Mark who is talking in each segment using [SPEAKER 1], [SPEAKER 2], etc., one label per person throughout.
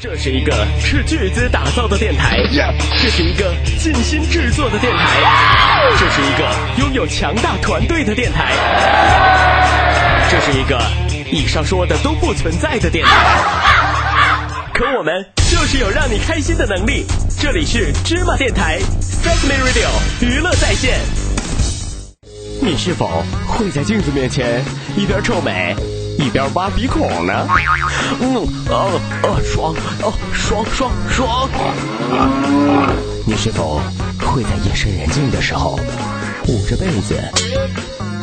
[SPEAKER 1] 这是一个斥巨资打造的电台，这是一个尽心制作的电台，这是一个拥有强大团队的电台，这是一个以上说的都不存在的电台。可我们就是有让你开心的能力。这里是芝麻电台 Sesame Radio 娱乐在线。你是否会在镜子面前一边臭美，一边挖鼻孔呢？嗯，哦哦，爽哦，爽爽爽！你是否会在夜深人静的时候，捂着被子，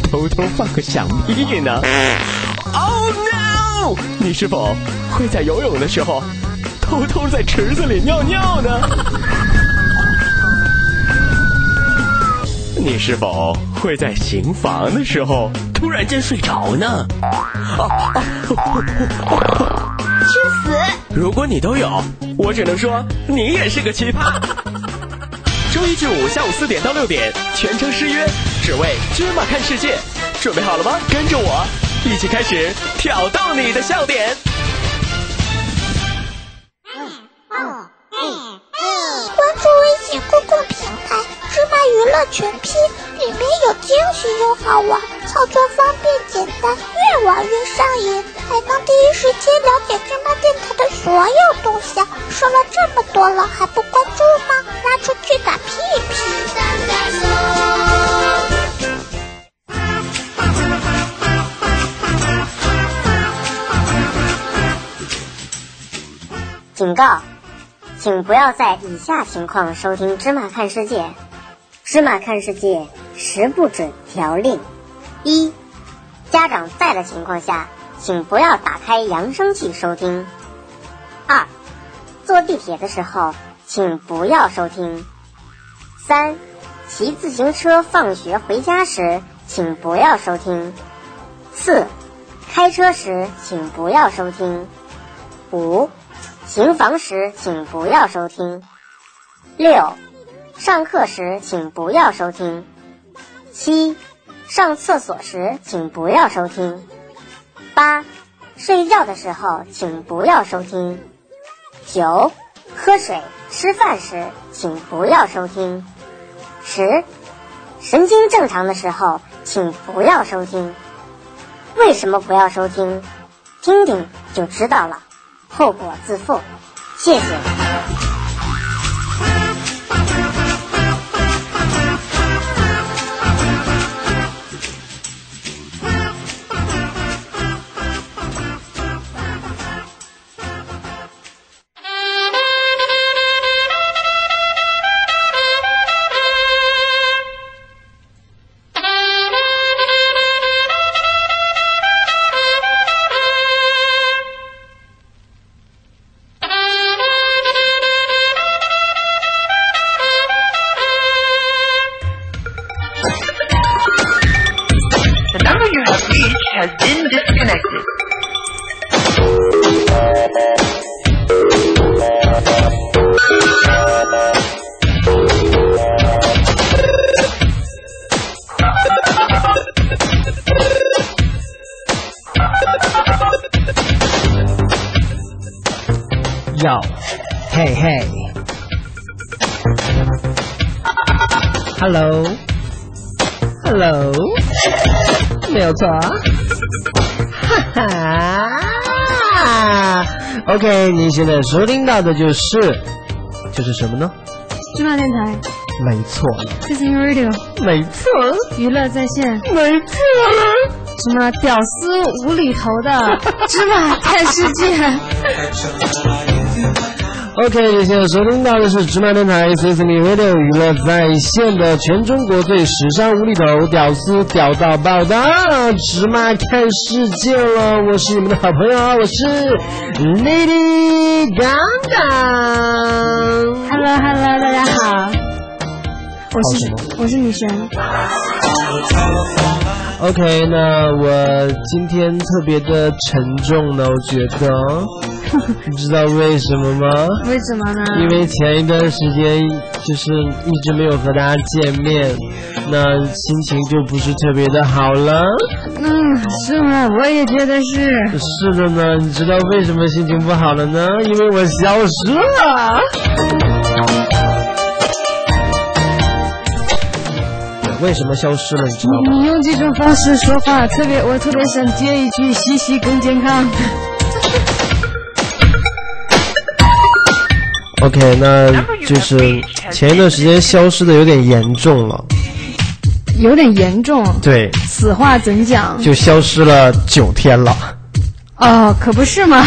[SPEAKER 1] 偷偷放个响屁呢？Oh no！你是否会在游泳的时候，偷偷在池子里尿尿呢？你是否会在行房的时候突然间睡着呢？啊啊！
[SPEAKER 2] 去死！
[SPEAKER 1] 如果你都有，我只能说你也是个奇葩。周一至五下午四点到六点，全程失约，只为芝麻看世界。准备好了吗？跟着我一起开始挑逗你的笑点。
[SPEAKER 2] 关注微信公共平台“芝麻娱乐全拼”，里面有惊喜又好玩，操作方便简单，越玩越上瘾，还能第一时间了解芝麻电台的所有动向。说了这么多了，还不关注吗？拉出去打屁屁！
[SPEAKER 3] 警告，请不要在以下情况收听《芝麻看世界》。《芝麻看世界》十不准条令：一、家长在的情况下，请不要打开扬声器收听；二、坐地铁的时候，请不要收听；三、骑自行车放学回家时，请不要收听；四、开车时，请不要收听；五。行房时请不要收听。六，上课时请不要收听。七，上厕所时请不要收听。八，睡觉的时候请不要收听。九，喝水、吃饭时请不要收听。十，神经正常的时候请不要收听。为什么不要收听？听听就知道了。后果自负。谢谢。
[SPEAKER 4] The number you have reached has been disconnected.
[SPEAKER 5] Yo, hey hey. Hello, hello，没有错啊，哈哈。OK，您现在收听到的就是，就是什么呢？
[SPEAKER 6] 芝麻电台
[SPEAKER 5] 没错，
[SPEAKER 6] Kissing Radio
[SPEAKER 5] 没错，
[SPEAKER 6] 娱乐在线，
[SPEAKER 5] 没错。
[SPEAKER 6] 什么屌丝无厘头的 芝麻看世 界，
[SPEAKER 5] OK，您现在收听到的是芝麻电台 Sesame Radio 娱乐在线的全中国最时尚无厘头、屌丝屌到爆的芝麻看世界了。我是你们的好朋友，我是 Lady Gaga。
[SPEAKER 6] Hello Hello，大家好，我
[SPEAKER 5] 好
[SPEAKER 6] 是我是女神，
[SPEAKER 5] OK，那我今天特别的沉重呢，我觉得，你知道为什么吗？
[SPEAKER 6] 为什么呢？
[SPEAKER 5] 因为前一段时间就是一直没有和大家见面，那心情就不是特别的好了。
[SPEAKER 6] 嗯，是吗？我也觉得是。
[SPEAKER 5] 是的呢，你知道为什么心情不好了呢？因为我消失了。为什么消失了？你知道吗？
[SPEAKER 6] 你用这种方式说话，特别我特别想接一句“息息更健康
[SPEAKER 5] OK，那就是前一段时间消失的有点严重了，”，
[SPEAKER 6] 有点严重。
[SPEAKER 5] 对，
[SPEAKER 6] 此话怎讲？
[SPEAKER 5] 就消失了九天了。
[SPEAKER 6] 哦，可不是 嘛。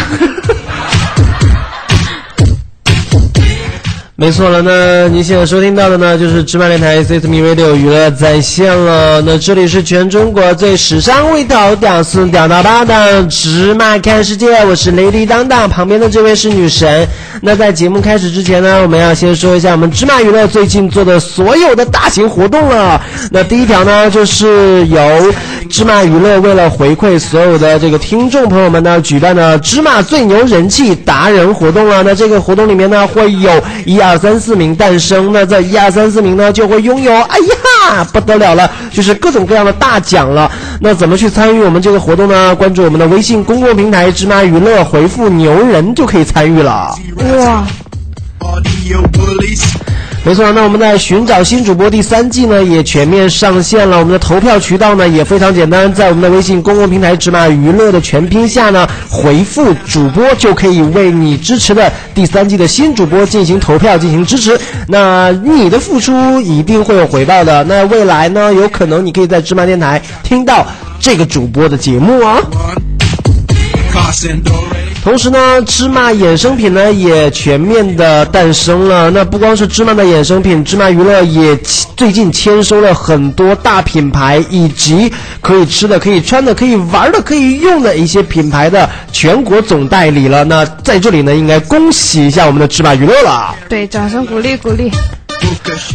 [SPEAKER 5] 没错了，那您现在收听到的呢，就是芝麻电台 C S M Radio 娱乐在线了。那这里是全中国最时尚、味道屌丝、屌到爆的芝麻看世界，我是雷迪当当，旁边的这位是女神。那在节目开始之前呢，我们要先说一下我们芝麻娱乐最近做的所有的大型活动了。那第一条呢，就是由芝麻娱乐为了回馈所有的这个听众朋友们呢，举办的芝麻最牛人气达人活动了。那这个活动里面呢，会有一二三四名诞生，那这一二三四名呢，就会拥有，哎呀，不得了了，就是各种各样的大奖了。那怎么去参与我们这个活动呢？关注我们的微信公共平台“芝麻娱乐”，回复“牛人”就可以参与了。
[SPEAKER 6] 哇，
[SPEAKER 5] 没错，那我们在寻找新主播第三季呢也全面上线了。我们的投票渠道呢也非常简单，在我们的微信公共平台“芝麻娱乐”的全拼下呢，回复主播就可以为你支持的第三季的新主播进行投票进行支持。那你的付出一定会有回报的。那未来呢，有可能你可以在芝麻电台听到这个主播的节目哦。同时呢，芝麻衍生品呢也全面的诞生了。那不光是芝麻的衍生品，芝麻娱乐也其最近签收了很多大品牌，以及可以吃的、可以穿的、可以玩的、可以用的一些品牌的全国总代理了。那在这里呢，应该恭喜一下我们的芝麻娱乐了。
[SPEAKER 6] 对，掌声鼓励鼓励。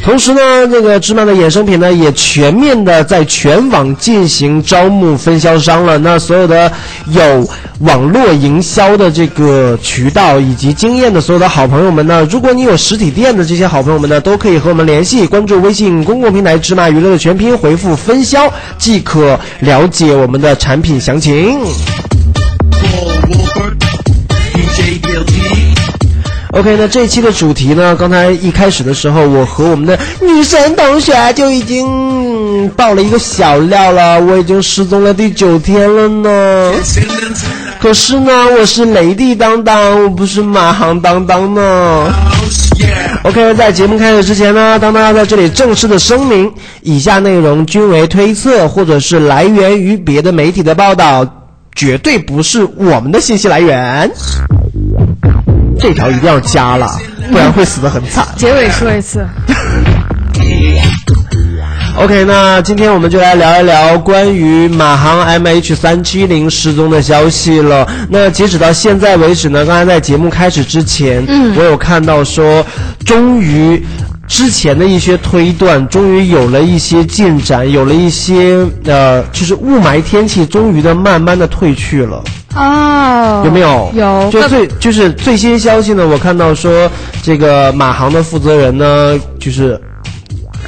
[SPEAKER 5] 同时呢，这个芝麻的衍生品呢，也全面的在全网进行招募分销商了。那所有的有网络营销的这个渠道以及经验的所有的好朋友们呢，如果你有实体店的这些好朋友们呢，都可以和我们联系，关注微信公共平台“芝麻娱乐”的全拼，回复“分销”即可了解我们的产品详情。OK，那这一期的主题呢？刚才一开始的时候，我和我们的女神同学就已经爆了一个小料了，我已经失踪了第九天了呢。可是呢，我是雷帝当当，我不是马航当当呢。OK，在节目开始之前呢，当当要在这里正式的声明，以下内容均为推测或者是来源于别的媒体的报道，绝对不是我们的信息来源。这条一定要加了，不然会死得很惨。
[SPEAKER 6] 结尾说一次，
[SPEAKER 5] OK，那今天我们就来聊一聊关于马航 MH 三七零失踪的消息了。那截止到现在为止呢，刚才在节目开始之前，嗯，我有看到说，终于之前的一些推断，终于有了一些进展，有了一些呃，就是雾霾天气终于的慢慢的退去了。
[SPEAKER 6] 哦，
[SPEAKER 5] 有没有？
[SPEAKER 6] 有，
[SPEAKER 5] 就最就是最新消息呢，我看到说这个马航的负责人呢，就是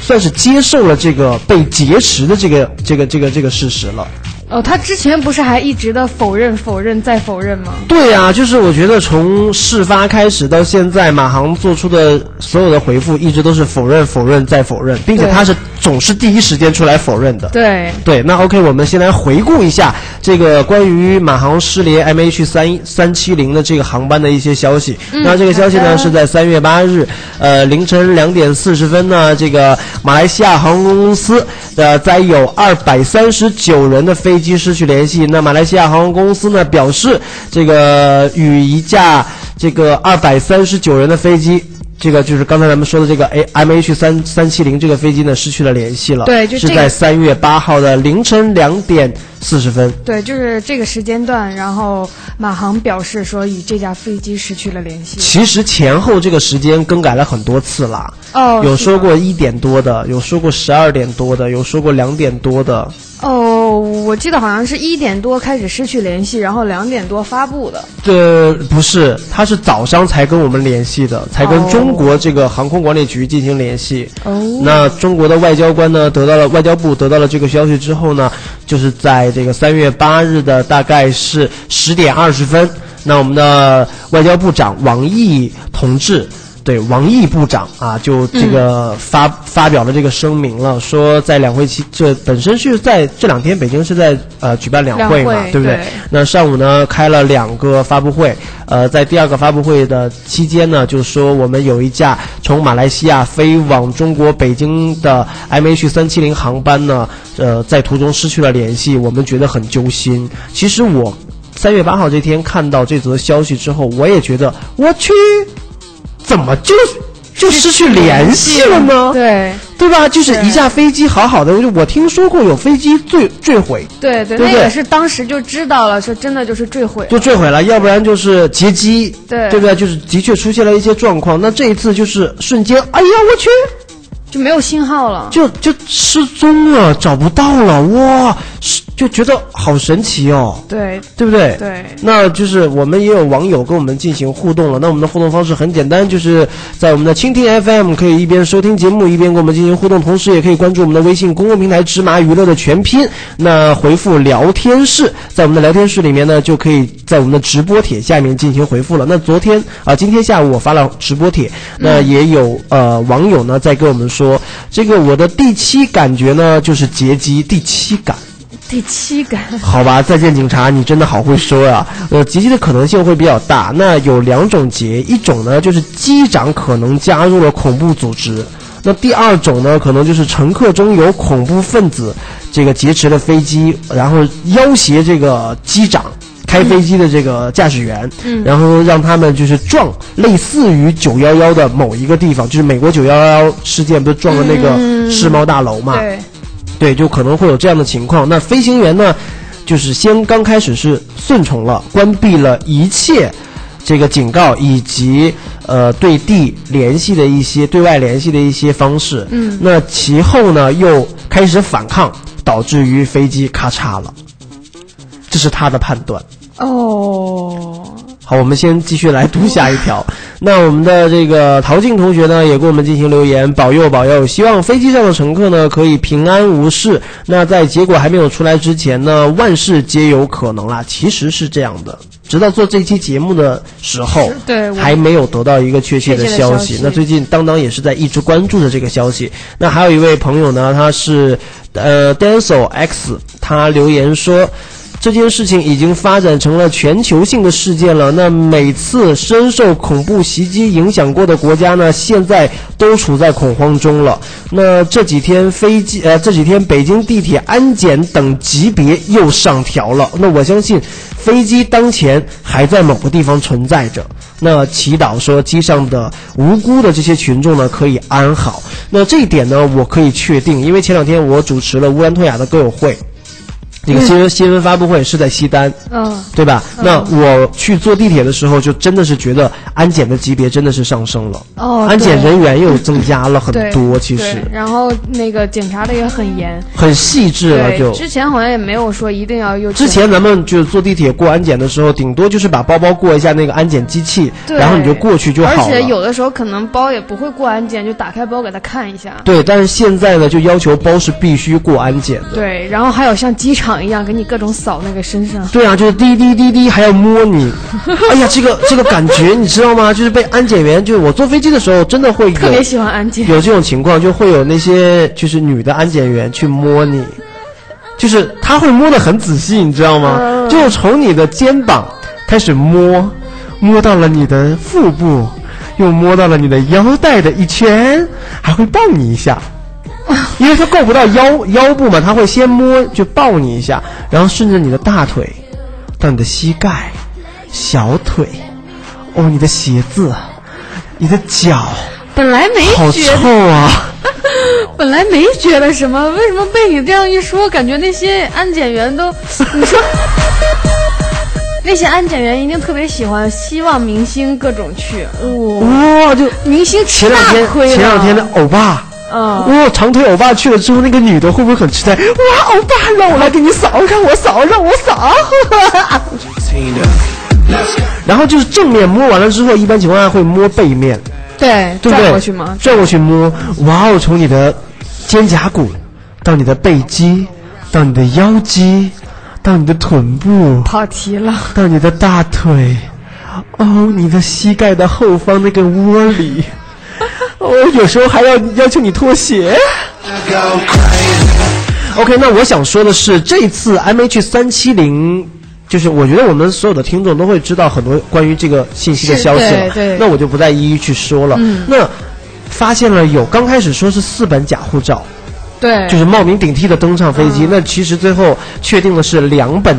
[SPEAKER 5] 算是接受了这个被劫持的这个这个这个这个事实了。
[SPEAKER 6] 哦，他之前不是还一直的否认、否认再否认吗？
[SPEAKER 5] 对呀、就是我觉得从事发开始到现在，马航做出的所有的回复一直都是否认、否认再否认，并且
[SPEAKER 6] 对
[SPEAKER 5] 他是总是第一时间出来否认的。
[SPEAKER 6] 对，
[SPEAKER 5] 对，那 OK，我们先来回顾一下这个关于马航失联 MH 三三七零的这个航班的一些消息。
[SPEAKER 6] 嗯
[SPEAKER 5] 那这个消息呢是在三月八日，呃凌晨两点四十分呢，这个马来西亚航空公司呃在有二百三十九人的飞机失去联系。那马来西亚航空公司呢表示，这个与一架这个二百三十九人的飞机。这个就是刚才咱们说的这个 A M H 三三七零这个飞机呢失去了联系了，
[SPEAKER 6] 对就是这
[SPEAKER 5] 在
[SPEAKER 6] 个
[SPEAKER 5] 三月八号的凌晨两点四十分。
[SPEAKER 6] 对，就是这个时间段，然后马航表示说与这架飞机失去了联系。
[SPEAKER 5] 其实前后这个时间更改了很多次啦，
[SPEAKER 6] 哦，
[SPEAKER 5] 有
[SPEAKER 6] 是
[SPEAKER 5] 说
[SPEAKER 6] 吗
[SPEAKER 5] 过一点多的，有说过十二点多的，有说过两点多的，
[SPEAKER 6] 哦，我记得好像是一点多开始失去联系，然后两点多发布的。
[SPEAKER 5] 这呃不是，他是早上才跟我们联系的，才跟
[SPEAKER 6] 哦
[SPEAKER 5] 中国这个航空管理局进行联系。
[SPEAKER 6] 哦
[SPEAKER 5] 那中国的外交官呢，得到了外交部得到了这个消息之后呢，就是在这个三月八日的大概是十点二十分，那我们的外交部长王毅同志。对，王毅部长啊，就这
[SPEAKER 6] 嗯
[SPEAKER 5] 个发、发表了这个声明了，说在两会期，这本身是在这两天北京是在呃举办两会嘛，
[SPEAKER 6] 两会
[SPEAKER 5] 对不
[SPEAKER 6] 对
[SPEAKER 5] 那上午呢开了两个发布会，呃，在第二个发布会的期间呢，就说我们有一架从马来西亚飞往中国北京的 MH 三七零航班呢，呃，在途中失去了联系，我们觉得很揪心。其实我三月八号这天看到这则消息之后，我也觉得我去，怎么就就失去联系了呢？
[SPEAKER 6] 对
[SPEAKER 5] 对吧？就是
[SPEAKER 6] 对
[SPEAKER 5] 一架飞机好好的，我就我听说过有飞机坠坠毁，
[SPEAKER 6] 对对，
[SPEAKER 5] 对
[SPEAKER 6] 那
[SPEAKER 5] 对
[SPEAKER 6] 个是当时就知道了，说真的就是坠毁
[SPEAKER 5] 就坠毁了，要不然就是劫机，
[SPEAKER 6] 对
[SPEAKER 5] 对不对？就是的确出现了一些状况。那这一次就是瞬间，哎呀，我去，
[SPEAKER 6] 就没有信号了。
[SPEAKER 5] 就就失踪了，找不到了，哇，是就觉得好神奇哦。
[SPEAKER 6] 对
[SPEAKER 5] 对不对？
[SPEAKER 6] 对
[SPEAKER 5] 那就是我们也有网友跟我们进行互动了。那我们的互动方式很简单，就是在我们的蜻蜓 FM 可以一边收听节目，一边跟我们进行互动，同时也可以关注我们的微信公共平台“芝麻娱乐”的全拼。那回复“聊天室”，在我们的聊天室里面呢，就可以在我们的直播帖下面进行回复了。那昨天啊、今天下午我发了直播帖，那也有呃网友呢在跟我们说，这个我的第七感觉呢就是劫机第七感。
[SPEAKER 6] 第七感，
[SPEAKER 5] 好吧，再见警察，你真的好会说呀、呃，劫机的可能性会比较大。那有两种劫，一种呢就是机长可能加入了恐怖组织，那第二种呢可能就是乘客中有恐怖分子，这个劫持了飞机，然后要挟这个机长。开飞机的这个驾驶员，然后让他们就是撞，类似于九幺幺的某一个地方，就是美国九幺幺事件不是撞了那个世贸大楼嘛？
[SPEAKER 6] 对
[SPEAKER 5] 对，就可能会有这样的情况。那飞行员呢，就是先刚开始是顺从了，关闭了一切这个警告以及呃对地联系的一些对外联系的一些方式。嗯，那其后呢又开始反抗，导致于飞机咔嚓了。这是他的判断。
[SPEAKER 6] 哦，
[SPEAKER 5] 好，我们先继续来读下一条。 那我们的这个陶静同学呢，也给我们进行留言，保佑保佑，希望飞机上的乘客呢可以平安无事。那在结果还没有出来之前呢，万事皆有可能啦。其实是这样的，直到做这期节目的时候，
[SPEAKER 6] 对我
[SPEAKER 5] 还没有得到一个确切的
[SPEAKER 6] 确切的
[SPEAKER 5] 消
[SPEAKER 6] 消
[SPEAKER 5] 息
[SPEAKER 6] 息。
[SPEAKER 5] 那最近当当也是在一直关注着这个消息。那还有一位朋友呢，他是呃 Denso X，他留言说。这件事情已经发展成了全球性的事件了。那每次深受恐怖袭击影响过的国家呢，现在都处在恐慌中了。那这几天飞机，呃，这几天北京地铁安检等级别又上调了。那我相信，飞机当前还在某个地方存在着。那祈祷说机上的无辜的这些群众呢可以安好。那这一点呢，我可以确定，因为前两天我主持了乌兰托雅的歌友会。这个新闻新闻发布会是在西单，
[SPEAKER 6] 嗯，
[SPEAKER 5] 对吧？那我去坐地铁的时候，就真的是觉得安检的级别真的是上升了，
[SPEAKER 6] 哦
[SPEAKER 5] 安检
[SPEAKER 6] 对
[SPEAKER 5] 人员又增加了很
[SPEAKER 6] 对，
[SPEAKER 5] 多，其
[SPEAKER 6] 对
[SPEAKER 5] 实
[SPEAKER 6] 然后那个检查的也很严，
[SPEAKER 5] 很细致了就
[SPEAKER 6] 对，。之前好像也没有说一定要又
[SPEAKER 5] 之前咱们就坐地铁过安检的时候，顶多就是把包包过一下那个安检机器，
[SPEAKER 6] 对
[SPEAKER 5] 然后你就过去就好了。
[SPEAKER 6] 而且有的时候可能包也不会过安检，就打开包给他看一下。
[SPEAKER 5] 对，但是现在呢，就要求包是必须过安检的。
[SPEAKER 6] 对，然后还有像机场一样给你各种扫那个身上。
[SPEAKER 5] 对啊，就是滴滴滴滴，还要摸 你。哎呀，这个这个感觉你知道吗？就是被安检员，就是我坐飞机的时候，真的会有
[SPEAKER 6] 特别喜欢安检，
[SPEAKER 5] 有这种情况，就会有那些就是女的安检员去摸你，就是她会摸得很仔细，你知道吗？就从你的肩膀开始摸，摸到了你的腹部，又摸到了你的腰带的一圈，还会抱你一下。因为她够不到腰腰部嘛，她会先摸就抱你一下，然后顺着你的大腿到你的膝盖、小腿，哦，你的鞋子，你的脚，
[SPEAKER 6] 本来没
[SPEAKER 5] 好
[SPEAKER 6] 觉
[SPEAKER 5] 臭啊！
[SPEAKER 6] 本来没觉得什么，为什么被你这样一说，感觉那些安检员 都，你说，那些安检员一定特别喜欢，希望明星各种去，哇、哦
[SPEAKER 5] 哇，就
[SPEAKER 6] 明星吃
[SPEAKER 5] 前两
[SPEAKER 6] 大
[SPEAKER 5] 天
[SPEAKER 6] 亏了。
[SPEAKER 5] 前两天的欧巴，
[SPEAKER 6] 嗯
[SPEAKER 5] 哇、长腿欧巴去了之后，那个女的会不会很期待？哇，欧巴，让我来给你扫，让我扫，让我扫。 然后就是正面摸完了之后，一般情况下会摸背面，
[SPEAKER 6] 对，
[SPEAKER 5] 对不对？
[SPEAKER 6] 转过去吗？
[SPEAKER 5] 转过去摸，哇哦，从你的肩胛骨到你的背肌，到你的腰肌，到你的臀部，
[SPEAKER 6] 跑题了，
[SPEAKER 5] 到你的大腿，哦，你的膝盖的后方那个窝里， 哦，有时候还要要求你脱鞋。OK，那我想说的是，这次 MH 三七零。就是我觉得我们所有的听众都会知道很多关于这个信息的
[SPEAKER 6] 是
[SPEAKER 5] 消息
[SPEAKER 6] 对
[SPEAKER 5] 了，
[SPEAKER 6] 对嗯
[SPEAKER 5] 那我就不再一一去说了。那发现了有刚开始说是四本假护照，
[SPEAKER 6] 对，嗯
[SPEAKER 5] 就是冒名顶替的登上飞机。那其实最后确定的是两本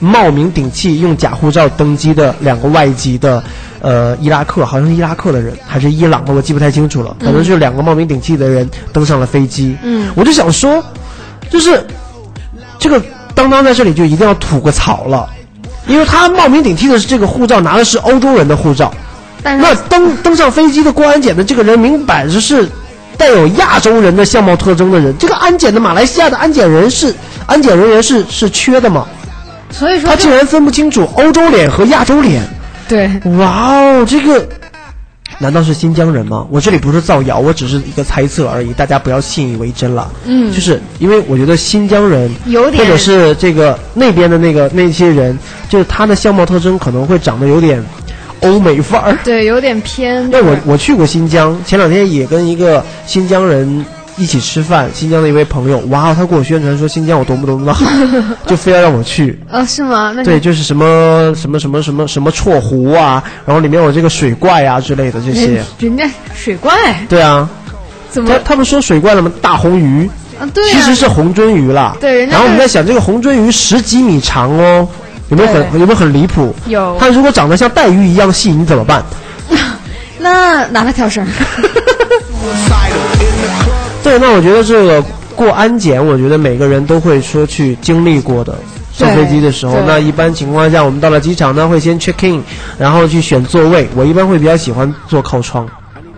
[SPEAKER 5] 冒名顶替用假护照登机的两个外籍的，呃，伊拉克好像是伊拉克的人还是伊朗的，我记不太清楚了。反正是两个冒名顶替的人登上了飞机。
[SPEAKER 6] 嗯
[SPEAKER 5] 我就想说，就是这个当当在这里就一定要吐个槽了。因为他冒名顶替的是这个护照，拿的是欧洲人的护照，
[SPEAKER 6] 但
[SPEAKER 5] 那
[SPEAKER 6] 是
[SPEAKER 5] 登登上飞机的过安检的这个人，明摆着是带有亚洲人的相貌特征的人。这个安检的马来西亚的安检人是安检人员是是缺的 嘛？
[SPEAKER 6] 所以说
[SPEAKER 5] 他
[SPEAKER 6] 就
[SPEAKER 5] 竟然分不清楚欧洲脸和亚洲脸，
[SPEAKER 6] 对，
[SPEAKER 5] 哇哦，这个。难道是新疆人吗？我这里不是造谣，我只是一个猜测而已，大家不要信以为真了。
[SPEAKER 6] 嗯
[SPEAKER 5] 就是因为我觉得新疆人
[SPEAKER 6] 有点
[SPEAKER 5] 或者是这个那边的那个那些人，就是他的相貌特征可能会长得有点欧美范儿。
[SPEAKER 6] 对，有点偏。
[SPEAKER 5] 因为我我去过新疆，前两天也跟一个新疆人一起吃饭，新疆的一位朋友，哇，哦他给我宣传说新疆有多么多么的好， 就非要让我去。
[SPEAKER 6] 啊、是吗？那
[SPEAKER 5] 对，就是什么什么什么什么什么绰湖啊，然后里面有这个水怪啊之类的这些
[SPEAKER 6] 人。人家水怪
[SPEAKER 5] 对啊，
[SPEAKER 6] 怎么
[SPEAKER 5] 他他们说水怪了吗？大红鱼，
[SPEAKER 6] 啊？嗯对
[SPEAKER 5] 其
[SPEAKER 6] 呀、
[SPEAKER 5] 实是红鳟鱼啦。
[SPEAKER 6] 对人家
[SPEAKER 5] 然后我们
[SPEAKER 6] 是
[SPEAKER 5] 在想，这个红鳟鱼十几米长哦，有没有很
[SPEAKER 6] 对
[SPEAKER 5] 有没有很离谱？
[SPEAKER 6] 有
[SPEAKER 5] 它如果长得像带鱼一样细，你怎么办？
[SPEAKER 6] 那拿它跳绳儿。
[SPEAKER 5] 对，那我觉得这个过安检，我觉得每个人都会说去经历过的。上飞机的时候
[SPEAKER 6] 对，
[SPEAKER 5] 那一般情况下，我们到了机场呢，会先 check in，然后去选座位。我一般会比较喜欢坐靠窗，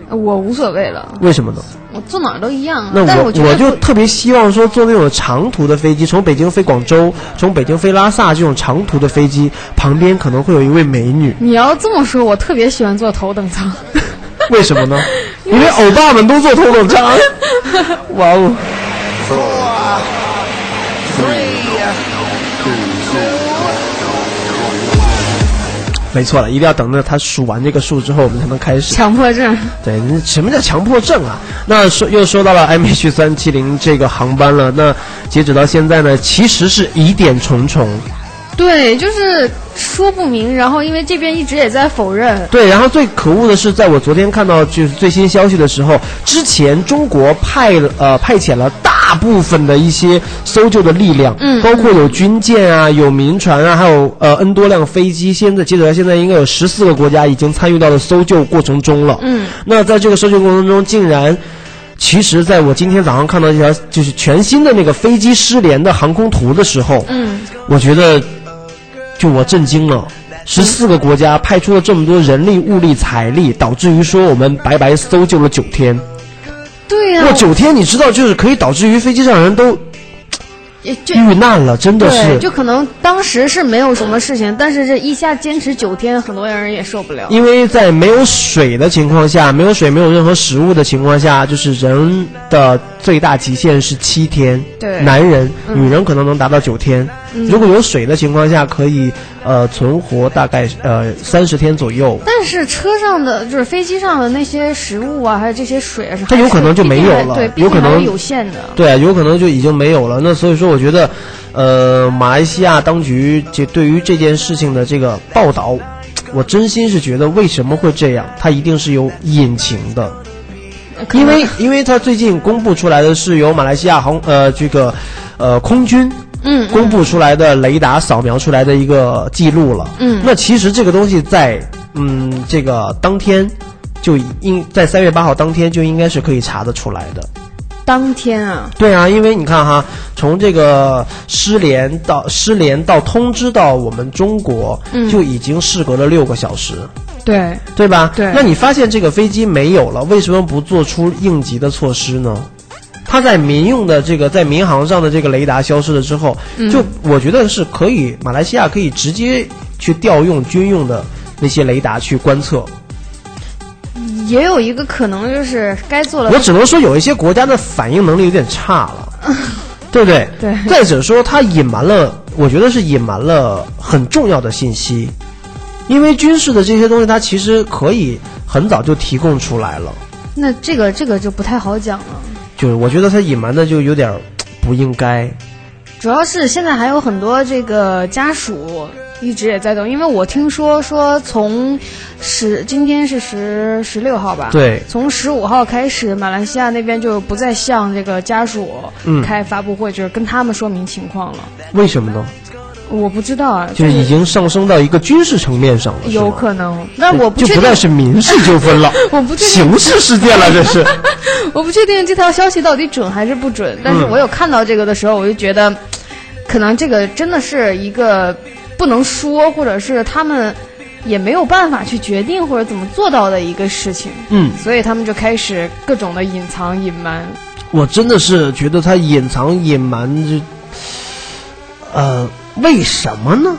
[SPEAKER 6] 我无所谓了，
[SPEAKER 5] 为什么呢？
[SPEAKER 6] 我坐哪儿都一样。啊
[SPEAKER 5] 那
[SPEAKER 6] 但
[SPEAKER 5] 我
[SPEAKER 6] 我觉得
[SPEAKER 5] 就特别希望说坐那种长途的飞机，从北京飞广州，从北京飞拉萨这种长途的飞机，旁边可能会有一位美女，
[SPEAKER 6] 你要这么说，我特别喜欢坐头等舱。
[SPEAKER 5] 为什么呢？ 因为欧巴们都坐头等舱。 哇哦！啊没错了，一定要等到他数完这个数之后，我们才能开始。
[SPEAKER 6] 强迫症，
[SPEAKER 5] 对，那什么叫强迫症啊？那说又说到了 MH 三七零这个航班了。那截止到现在呢，其实是疑点重重。
[SPEAKER 6] 对，就是说不明。然后因为这边一直也在否认，
[SPEAKER 5] 对，然后最可恶的是，在我昨天看到就是最新消息的时候，之前中国派了呃派遣了大部分的一些搜救的力量，
[SPEAKER 6] 嗯
[SPEAKER 5] 包括有军舰啊、有民船啊，还有呃 N 多辆飞机。现在截止到现在，应该有十四个国家已经参与到了搜救过程中了。
[SPEAKER 6] 嗯，
[SPEAKER 5] 那在这个搜救过程中，竟然。其实，在我今天早上看到一条就是全新的那个飞机失联的航空图的时候，
[SPEAKER 6] 嗯，
[SPEAKER 5] 我觉得，就我震惊了。十四个国家派出了这么多人力、物力、财力，导致于说我们白白搜救了九天。
[SPEAKER 6] 对啊呀、
[SPEAKER 5] 哇，九天，你知道，就是可以导致于飞机上人都
[SPEAKER 6] 也就
[SPEAKER 5] 遇难了，真的
[SPEAKER 6] 对，
[SPEAKER 5] 是。
[SPEAKER 6] 就可能当时是没有什么事情，但是这一下坚持九天，很多人也受不了。
[SPEAKER 5] 因为在没有水的情况下，没有水、没有任何食物的情况下，就是人的最大极限是七天。
[SPEAKER 6] 对嗯
[SPEAKER 5] 男人、女人可能能达到九天。如果有水的情况下，可以呃存活大概呃三十天左右。
[SPEAKER 6] 但是车上的就是飞机上的那些食物啊，还有这些水啊，是
[SPEAKER 5] 它有可能就没有了
[SPEAKER 6] 对，毕
[SPEAKER 5] 有
[SPEAKER 6] 竟
[SPEAKER 5] 可能
[SPEAKER 6] 还是有限的。
[SPEAKER 5] 对，啊有可能就已经没有了。那所以说，我觉得，呃，马来西亚当局这对于这件事情的这个报道，我真心是觉得为什么会这样，它一定是有隐情的。
[SPEAKER 6] 可能
[SPEAKER 5] 因为因为它最近公布出来的是由马来西亚航呃这个呃空军
[SPEAKER 6] 嗯
[SPEAKER 5] 公布出来的雷达扫描出来的一个记录了。
[SPEAKER 6] 嗯
[SPEAKER 5] 那其实这个东西在嗯这个当天就应在三月八号当天就应该是可以查得出来的。
[SPEAKER 6] 当天啊，
[SPEAKER 5] 对啊，因为你看哈，从这个失联到失联到通知到我们中国，
[SPEAKER 6] 嗯
[SPEAKER 5] 就已经事隔了六个小时，
[SPEAKER 6] 对，
[SPEAKER 5] 对吧？
[SPEAKER 6] 对
[SPEAKER 5] 那你发现这个飞机没有了，为什么不做出应急的措施呢？它在民用的这个在民航上的这个雷达消失了之后，
[SPEAKER 6] 嗯
[SPEAKER 5] 就我觉得是可以，马来西亚可以直接去调用军用的那些雷达去观测。
[SPEAKER 6] 也有一个可能就是该做了
[SPEAKER 5] 我，只能说有一些国家的反应能力有点差 了，对不对？
[SPEAKER 6] 对
[SPEAKER 5] 再者说，它隐瞒了，我觉得是隐瞒了很重要的信息，因为军事的这些东西，它其实可以很早就提供出来了。
[SPEAKER 6] 那这个这个就不太好讲了。
[SPEAKER 5] 就是我觉得它隐瞒的就有点儿不应该。
[SPEAKER 6] 主要是现在还有很多这个家属一直也在等，因为我听说说从十今天是十十六号吧，
[SPEAKER 5] 对
[SPEAKER 6] 从十五号开始，马来西亚那边就不再向这个家属
[SPEAKER 5] 嗯
[SPEAKER 6] 开发布会，就是跟他们说明情况了。
[SPEAKER 5] 为什么呢？
[SPEAKER 6] 我不知道啊，
[SPEAKER 5] 就是已经上升到一个军事层面上了，是吗
[SPEAKER 6] 有可能，但
[SPEAKER 5] 对
[SPEAKER 6] 我不
[SPEAKER 5] 就
[SPEAKER 6] 确
[SPEAKER 5] 不
[SPEAKER 6] 定，
[SPEAKER 5] 再是民事纠纷了，
[SPEAKER 6] 我不确定
[SPEAKER 5] 刑事事件了，这是。
[SPEAKER 6] 我不确定这条消息到底准还是不准，但
[SPEAKER 5] 嗯
[SPEAKER 6] 是我有看到这个的时候，我就觉得，可能这个真的是一个不能说，或者是他们也没有办法去决定或者怎么做到的一个事情，
[SPEAKER 5] 嗯，
[SPEAKER 6] 所以他们就开始各种的隐藏、隐瞒。
[SPEAKER 5] 我真的是觉得他隐藏隐瞒这，呃，为什么呢？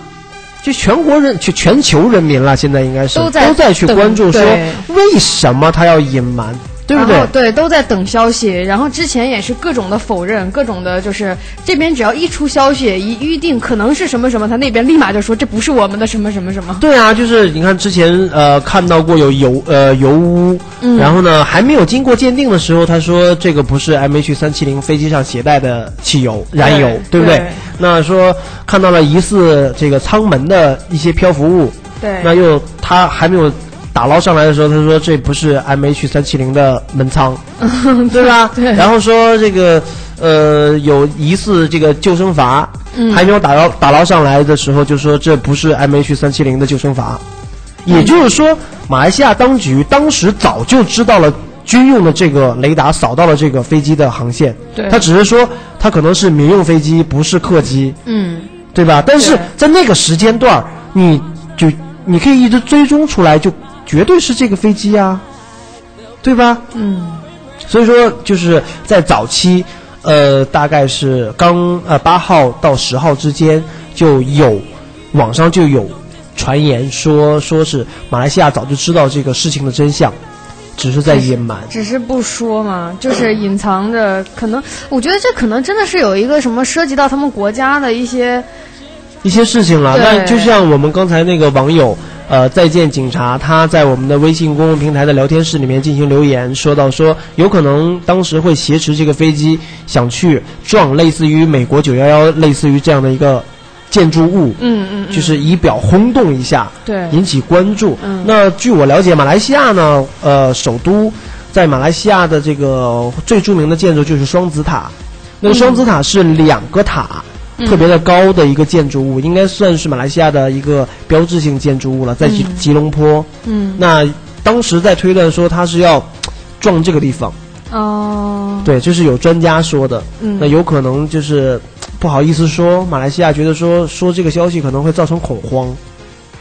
[SPEAKER 5] 就全国人，就全球人民啦，现在应该是
[SPEAKER 6] 都在
[SPEAKER 5] 去
[SPEAKER 6] 等
[SPEAKER 5] 关注说
[SPEAKER 6] 对
[SPEAKER 5] 为什么他要隐瞒，对不
[SPEAKER 6] 然
[SPEAKER 5] 对
[SPEAKER 6] 后？对，都在等消息。然后之前也是各种的否认，各种的，就是这边只要一出消息，一预定可能是什么什么，他那边立马就说这不是我们的什么什么什么。
[SPEAKER 5] 对啊，就是你看之前呃看到过有油呃油污，
[SPEAKER 6] 嗯
[SPEAKER 5] 然后呢还没有经过鉴定的时候，他说这个不是 MH 三七零飞机上携带的汽油燃油，
[SPEAKER 6] 对
[SPEAKER 5] 不
[SPEAKER 6] 对
[SPEAKER 5] 那说看到了疑似这个舱门的一些漂浮物，
[SPEAKER 6] 对
[SPEAKER 5] 那又他还没有打捞上来的时候，他说这不是 MH 三七零的门 舱，对吧？
[SPEAKER 6] 对
[SPEAKER 5] 然后说这个呃有疑似这个救生筏，
[SPEAKER 6] 嗯
[SPEAKER 5] 还没有打捞打捞上来的时候，就说这不是 MH 三七零的救生筏。也就是说，马来西亚当局当时早就知道了军用的这个雷达扫到了这个飞机的航线，
[SPEAKER 6] 对
[SPEAKER 5] 他只是说它可能是民用飞机，不是客机。
[SPEAKER 6] 嗯，
[SPEAKER 5] 对吧？但是
[SPEAKER 6] 对
[SPEAKER 5] 在那个时间段儿，你就你可以一直追踪出来，就绝对是这个飞机啊，对吧？嗯。所以说，就是在早期，呃，大概是刚呃八号到十号之间，就有网上就有传言说，说是马来西亚早就知道这个事情的真相，只是在隐瞒。
[SPEAKER 6] 只是不说嘛，就是隐藏着，可能我觉得这可能真的是有一个什么涉及到他们国家的一些，
[SPEAKER 5] 一些事情了。
[SPEAKER 6] 对
[SPEAKER 5] 那就像我们刚才那个网友，呃，再见警察，他在我们的微信公众平台的聊天室里面进行留言，说到说有可能当时会挟持这个飞机想去撞类似于美国九幺幺类似于这样的一个建筑物，
[SPEAKER 6] 嗯嗯嗯，
[SPEAKER 5] 就是以表轰动一下，
[SPEAKER 6] 对
[SPEAKER 5] 引起关注。
[SPEAKER 6] 嗯
[SPEAKER 5] 那据我了解，马来西亚呢，呃，首都在马来西亚的这个最著名的建筑就是双子塔，那
[SPEAKER 6] 嗯
[SPEAKER 5] 个双子塔是两个塔。特别的高的一个建筑物，应该算是马来西亚的一个标志性建筑物了，在吉、吉隆坡。
[SPEAKER 6] 嗯
[SPEAKER 5] 那当时在推断说它是要撞这个地方，
[SPEAKER 6] 哦、
[SPEAKER 5] 对，这是有专家说的。
[SPEAKER 6] 嗯
[SPEAKER 5] 那有可能就是不好意思说，马来西亚觉得说说这个消息可能会造成恐慌。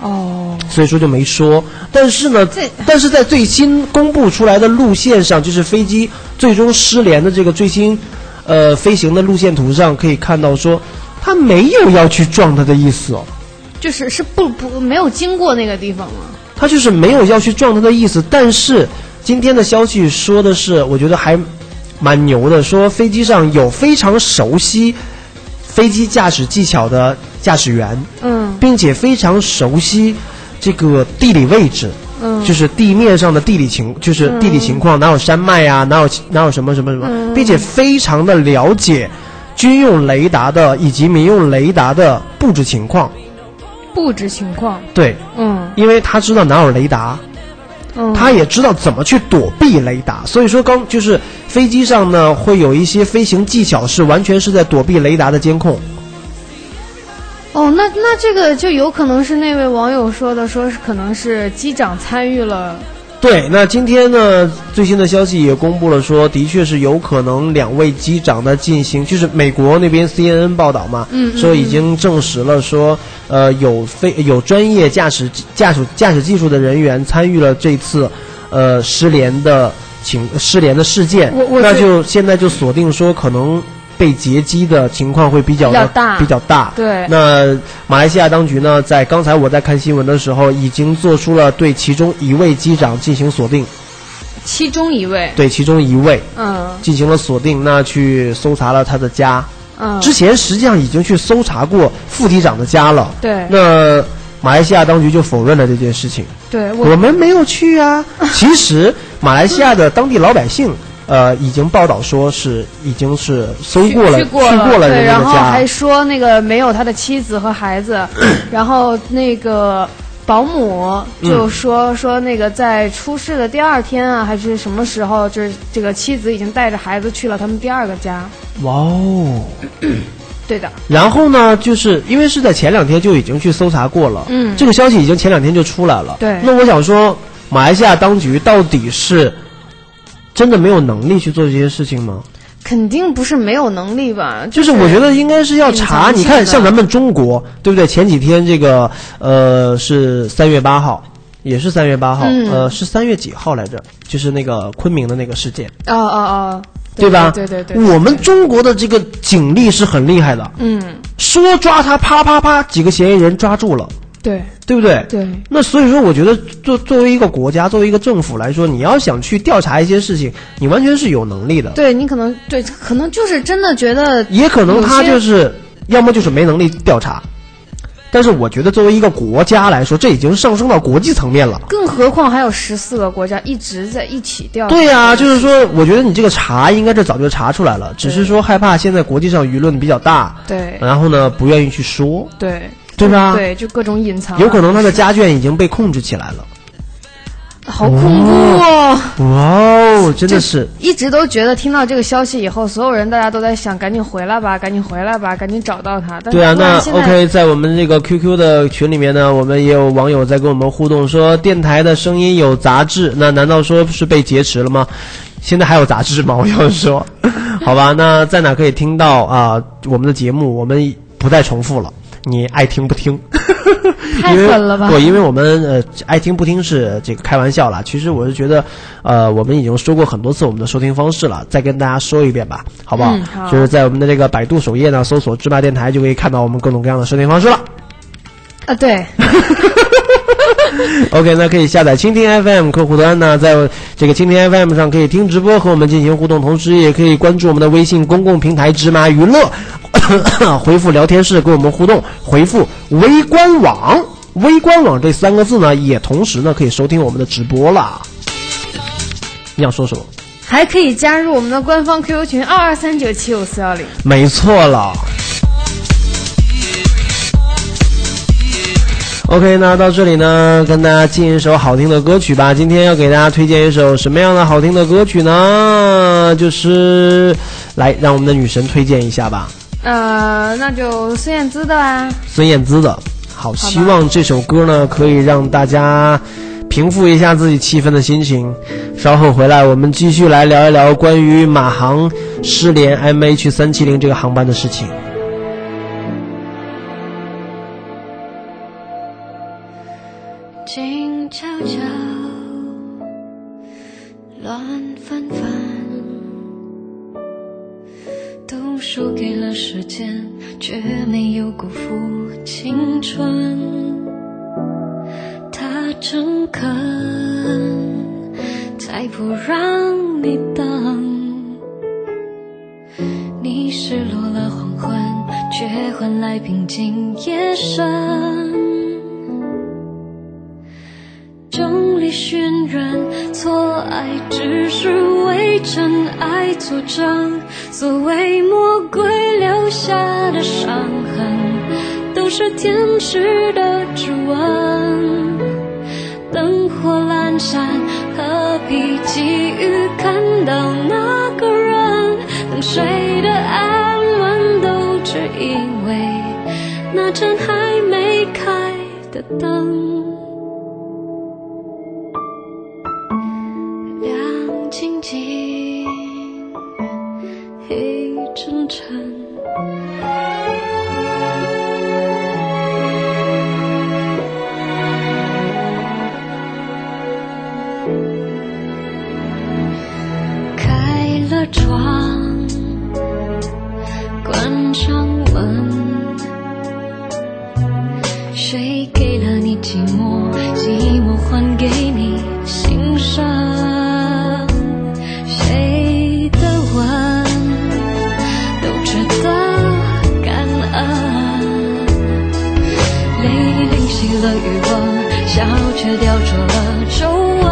[SPEAKER 6] 哦，
[SPEAKER 5] 所以说就没说。但是呢
[SPEAKER 6] 这，
[SPEAKER 5] 但是在最新公布出来的路线上，就是飞机最终失联的这个最新，呃，飞行的路线图上可以看到说，它没有要去撞它的意思哦，
[SPEAKER 6] 就是是不不没有经过那个地方吗？
[SPEAKER 5] 它就是没有要去撞它的意思。但是今天的消息说的是，我觉得还蛮牛的，说飞机上有非常熟悉飞机驾驶技巧的驾驶员。
[SPEAKER 6] 嗯
[SPEAKER 5] 并且非常熟悉这个地理位置，
[SPEAKER 6] 嗯
[SPEAKER 5] 就是地面上的地理情，就是地理情况，哪有山脉啊，
[SPEAKER 6] 嗯
[SPEAKER 5] 哪有哪有什么什么什么，并且非常的了解军用雷达的以及民用雷达的布置情况。
[SPEAKER 6] 布置情况，
[SPEAKER 5] 对，
[SPEAKER 6] 嗯
[SPEAKER 5] 因为他知道哪有雷达，
[SPEAKER 6] 嗯，
[SPEAKER 5] 他也知道怎么去躲避雷达，所以说刚就是飞机上呢会有一些飞行技巧是完全是在躲避雷达的监控。
[SPEAKER 6] 哦，那那这个就有可能是那位网友说的，说是可能是机长参与了，
[SPEAKER 5] 对，那今天呢，最新的消息也公布了说，的确是有可能两位机长呢进行，就是美国那边 CNN 报道嘛，
[SPEAKER 6] 嗯嗯
[SPEAKER 5] 说已经证实了说，呃，有非有专业驾驶驾驶驾驶技术的人员参与了这次，呃，失联的情失联的事件
[SPEAKER 6] 我我，
[SPEAKER 5] 那
[SPEAKER 6] 是
[SPEAKER 5] 就现在就锁定说可能。被劫机的情况会比较的
[SPEAKER 6] 比较大
[SPEAKER 5] 比较大。
[SPEAKER 6] 对
[SPEAKER 5] 那马来西亚当局呢，在刚才我在看新闻的时候，已经做出了对其中一位机长进行锁定，
[SPEAKER 6] 其中一位，
[SPEAKER 5] 对其中一位
[SPEAKER 6] 嗯
[SPEAKER 5] 进行了锁定，那去搜查了他的家，
[SPEAKER 6] 嗯，
[SPEAKER 5] 之前实际上已经去搜查过副机长的家了。
[SPEAKER 6] 对
[SPEAKER 5] 那马来西亚当局就否认了这件事情，
[SPEAKER 6] 对我
[SPEAKER 5] 我们没有去 啊。其实马来西亚的当地老百姓。呃，已经报道说是已经是搜
[SPEAKER 6] 去
[SPEAKER 5] 过了，
[SPEAKER 6] 去过了，
[SPEAKER 5] 了
[SPEAKER 6] 对，
[SPEAKER 5] 人家
[SPEAKER 6] 然
[SPEAKER 5] 的
[SPEAKER 6] 后还
[SPEAKER 5] 家，
[SPEAKER 6] 说那个没有他的妻子和 孩子，然后那个保姆
[SPEAKER 5] 嗯
[SPEAKER 6] 就说、说那个在出事的第二天啊，还是什么时候，就是这个妻子已经带着孩子去了他们第二个家。
[SPEAKER 5] 哇哦！
[SPEAKER 6] 对的，
[SPEAKER 5] 然后呢，就是因为是在前两天就已经去搜查过了，
[SPEAKER 6] 嗯
[SPEAKER 5] 这个消息已经前两天就出来了。
[SPEAKER 6] 对
[SPEAKER 5] 那我想说，马来西亚当局到底是真的没有能力去做这些事情吗？
[SPEAKER 6] 肯定不是没有能力吧？、
[SPEAKER 5] 就是是我觉得应该是要查，
[SPEAKER 6] 隐藏性的
[SPEAKER 5] 你看像咱们中国，对不对？前几天这个呃是三月八号，也是三月八号，
[SPEAKER 6] 嗯
[SPEAKER 5] 呃是三月几号来着？就是那个昆明的那个事件，
[SPEAKER 6] 哦哦哦，
[SPEAKER 5] 吧？
[SPEAKER 6] 对对对，
[SPEAKER 5] 我们中国的这个警力是很厉害的，
[SPEAKER 6] 嗯，
[SPEAKER 5] 说抓他啪啪啪，几个嫌疑人抓住了，
[SPEAKER 6] 对
[SPEAKER 5] 对不对？
[SPEAKER 6] 对
[SPEAKER 5] 那所以说，我觉得作作为一个国家，作为一个政府来说，你要想去调查一些事情，你完全是有能力的。
[SPEAKER 6] 对，你可能对，可能就是真的觉得
[SPEAKER 5] 也可能他
[SPEAKER 6] 有
[SPEAKER 5] 就
[SPEAKER 6] 些
[SPEAKER 5] 是要么就是没能力调查，但是我觉得作为一个国家来说，这已经上升到国际层面了。
[SPEAKER 6] 更何况还有十四个国家一直在一起调查。
[SPEAKER 5] 对呀、就是说，我觉得你这个查应该是早就查出来了，只是说害怕现在国际上舆论比较大，
[SPEAKER 6] 对
[SPEAKER 5] 然后呢不愿意去说，
[SPEAKER 6] 对
[SPEAKER 5] 对吧？，
[SPEAKER 6] 对，就各种隐藏啊，
[SPEAKER 5] 有可能他的家眷已经被控制起来了。
[SPEAKER 6] 好恐怖哦！
[SPEAKER 5] 哇哦，真的
[SPEAKER 6] 就是一直都觉得听到这个消息以后，所有人大家都在想，赶紧回来吧，赶紧回来吧，赶紧找到他。但是
[SPEAKER 5] 对啊，
[SPEAKER 6] 突然
[SPEAKER 5] 那
[SPEAKER 6] 嗯现在
[SPEAKER 5] OK，在我们这个 QQ 的群里面呢，我们也有网友在跟我们互动说，电台的声音有杂质，那难道说是被劫持了吗？现在还有杂质吗？ 我要说，好吧，那在哪可以听到啊、我们的节目？我们不再重复了，你爱听不听。
[SPEAKER 6] 太狠了吧
[SPEAKER 5] 因为对，因为我们呃爱听不听是这个开玩笑啦。其实我是觉得，呃，我们已经说过很多次我们的收听方式了，再跟大家说一遍吧，好不好？
[SPEAKER 6] 嗯好
[SPEAKER 5] 就是在我们的这个百度首页呢，搜索“芝麻电台”，就可以看到我们各种各样的收听方式了。
[SPEAKER 6] 啊，对，
[SPEAKER 5] OK，那可以下载蜻蜓 FM 客户端呢，在这个蜻蜓 FM 上可以听直播和我们进行互动，同时也可以关注我们的微信公共平台“芝麻娱乐”， 回复聊天室跟我们互动，回复“微官网”。微官网这三个字呢，也同时呢可以收听我们的直播啦。你想说什么？
[SPEAKER 6] 还可以加入我们的官方 QQ 群二二三九七五四幺零。
[SPEAKER 5] 没错了。OK，那到这里呢，跟大家进一首好听的歌曲吧。今天要给大家推荐一首什么样的好听的歌曲呢？就是来让我们的女神推荐一下吧，
[SPEAKER 6] 呃，那就孙燕姿的啦。
[SPEAKER 5] 孙燕姿的。好，希望这首歌呢可以让大家平复一下自己气愤的心情。稍后回来，我们继续来聊一聊关于马航失联 MH 三七零这个航班的事情。
[SPEAKER 7] 静悄悄，乱翻翻，都输给了时间，却没有辜负青春。他诚恳，才不让你等。你失落了黄昏，却换来平静夜深。整理渲染，错爱只是为真爱作证。所谓魔鬼留下的伤痕，都是天使的指纹。灯火阑珊，何必急于看到那个人？等谁的安稳，都只因为那盏还没开的灯。亮晶晶，黑沉沉。窗，关上门。谁给了你寂寞？寂寞还给你心伤。谁的吻都值得感恩。泪淋熄了余光，笑却雕琢了皱纹。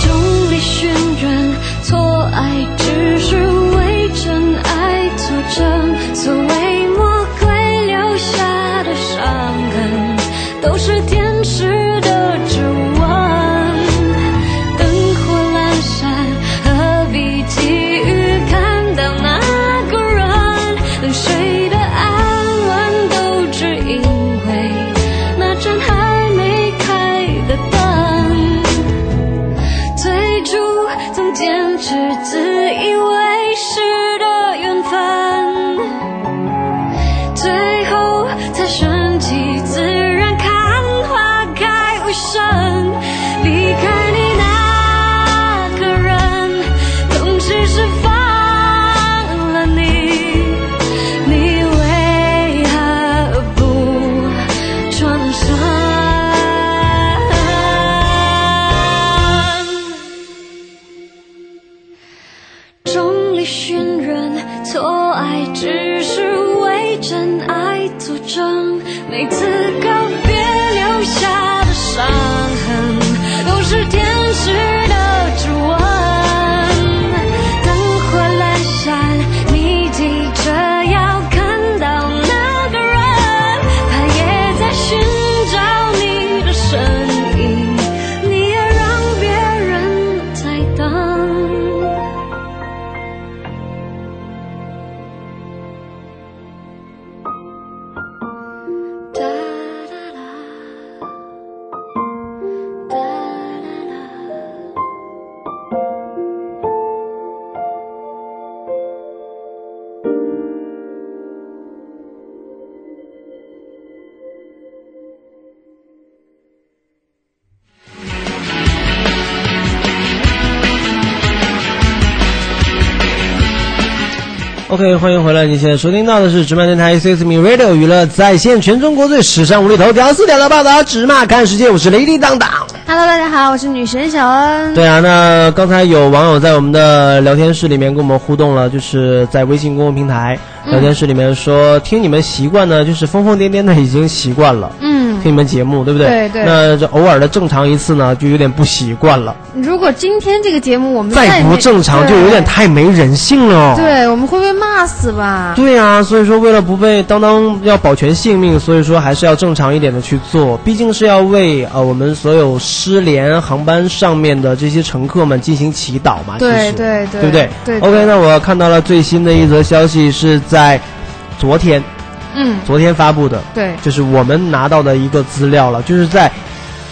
[SPEAKER 7] 众里寻人，错爱只是为真爱作证。所谓魔鬼留下的伤痕，都是天使的指纹。灯火阑珊，何必急于看到那个人？等谁的安稳，都只因为那盏还没开的灯。最初曾坚持自以为是的缘分，最后才顺其自然看花开无声。离开你那个人，总是释放了你，你为何不转身？众里寻人，错爱只是为真爱作证。每次告别留下的伤痕，都是天使的啊指纹。灯火阑珊，你急着要看到那个人，他也在寻找你的身影，你也让别人在等。哒啦啦，哒啦啦。
[SPEAKER 5] OK，欢迎回来！您现在收听到的是直麦电台 CSM Radio 娱乐在线，全中国最史上无厘头屌丝屌到爆的直麦看世界，我是雷迪当当。
[SPEAKER 6] Hello，大家好，我是女神小恩。
[SPEAKER 5] 对啊，那刚才有网友在我们的聊天室里面跟我们互动了，就是在微信公众平台
[SPEAKER 6] 嗯
[SPEAKER 5] 聊天室里面说，听你们习惯呢，就是疯疯癫癫的已经习惯了。
[SPEAKER 6] 嗯，
[SPEAKER 5] 听你们节目，对不对？
[SPEAKER 6] 对对
[SPEAKER 5] 那这偶尔的正常一次呢，就有点不习惯了；
[SPEAKER 6] 如果今天这个节目我们
[SPEAKER 5] 再不正常，就有点太没人性了哦。
[SPEAKER 6] 对。对，我们会被骂死吧？
[SPEAKER 5] 对呀、所以说为了不被当当要保全性命，所以说还是要正常一点的去做，毕竟是要为呃我们所有失联航班上面的这些乘客们进行祈祷嘛，
[SPEAKER 6] 对
[SPEAKER 5] 其实对
[SPEAKER 6] 对对
[SPEAKER 5] 不对
[SPEAKER 6] 对对
[SPEAKER 5] OK，那我看到了最新的一则消息是在昨天，
[SPEAKER 6] 嗯，
[SPEAKER 5] 昨天发布的，
[SPEAKER 6] 对，
[SPEAKER 5] 就是我们拿到的一个资料了，就是在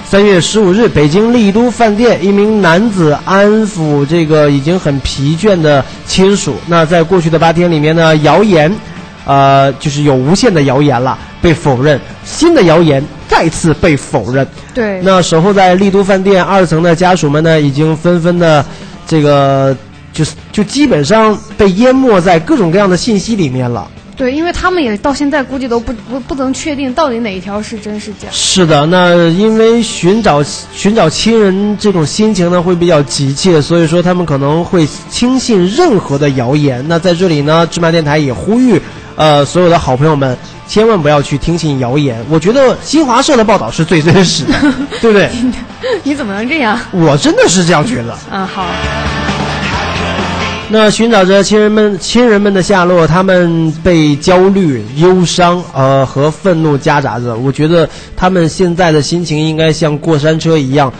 [SPEAKER 5] 三月十五日，北京丽都饭店一名男子安抚这个已经很疲倦的亲属。那在过去的八天里面呢，谣言，呃，就是有无限的谣言了，被否认，新的谣言再次被否认。
[SPEAKER 6] 对，
[SPEAKER 5] 那守候在丽都饭店二层的家属们呢，已经纷纷的这个。就是就基本上被淹没在各种各样的信息里面了。
[SPEAKER 6] 对，因为他们也到现在估计都不不不能确定到底哪一条是真是假。
[SPEAKER 5] 是的，那因为寻找寻找亲人这种心情呢，会比较急切，所以说他们可能会轻信任何的谣言。那在这里呢，芝麻电台也呼吁，呃，所有的好朋友们，千万不要去听信谣言。我觉得新华社的报道是最真实的，对不对？
[SPEAKER 6] 你怎么能这样？
[SPEAKER 5] 我真的是这样觉得。
[SPEAKER 6] 啊，好，
[SPEAKER 5] 那寻找着亲人们亲人们的下落，他们被焦虑、忧伤，呃和愤怒夹杂着。我觉得他们现在的心情应该像过山车一样，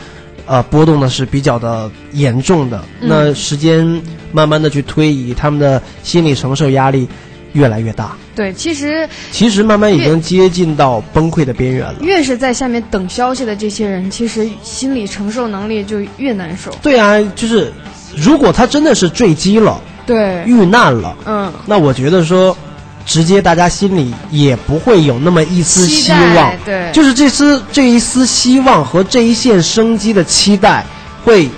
[SPEAKER 5] 呃，波动的是比较的严重的。那时间慢慢的去推移，他们的心理承受压力越来越大，
[SPEAKER 6] 对，其实
[SPEAKER 5] 其实慢慢已经接近到崩溃的边缘了。
[SPEAKER 6] 越是在下面等消息的这些人，其实心理承受能力就越难受。
[SPEAKER 5] 对啊，就是如果他真的是坠机了、
[SPEAKER 6] 对，
[SPEAKER 5] 遇难了，
[SPEAKER 6] 嗯，
[SPEAKER 5] 那我觉得说，直接大家心里也不会有那么一丝希
[SPEAKER 6] 期
[SPEAKER 5] 望
[SPEAKER 6] 待，对
[SPEAKER 5] 就是这丝这一丝希望和这一线生机的期待，会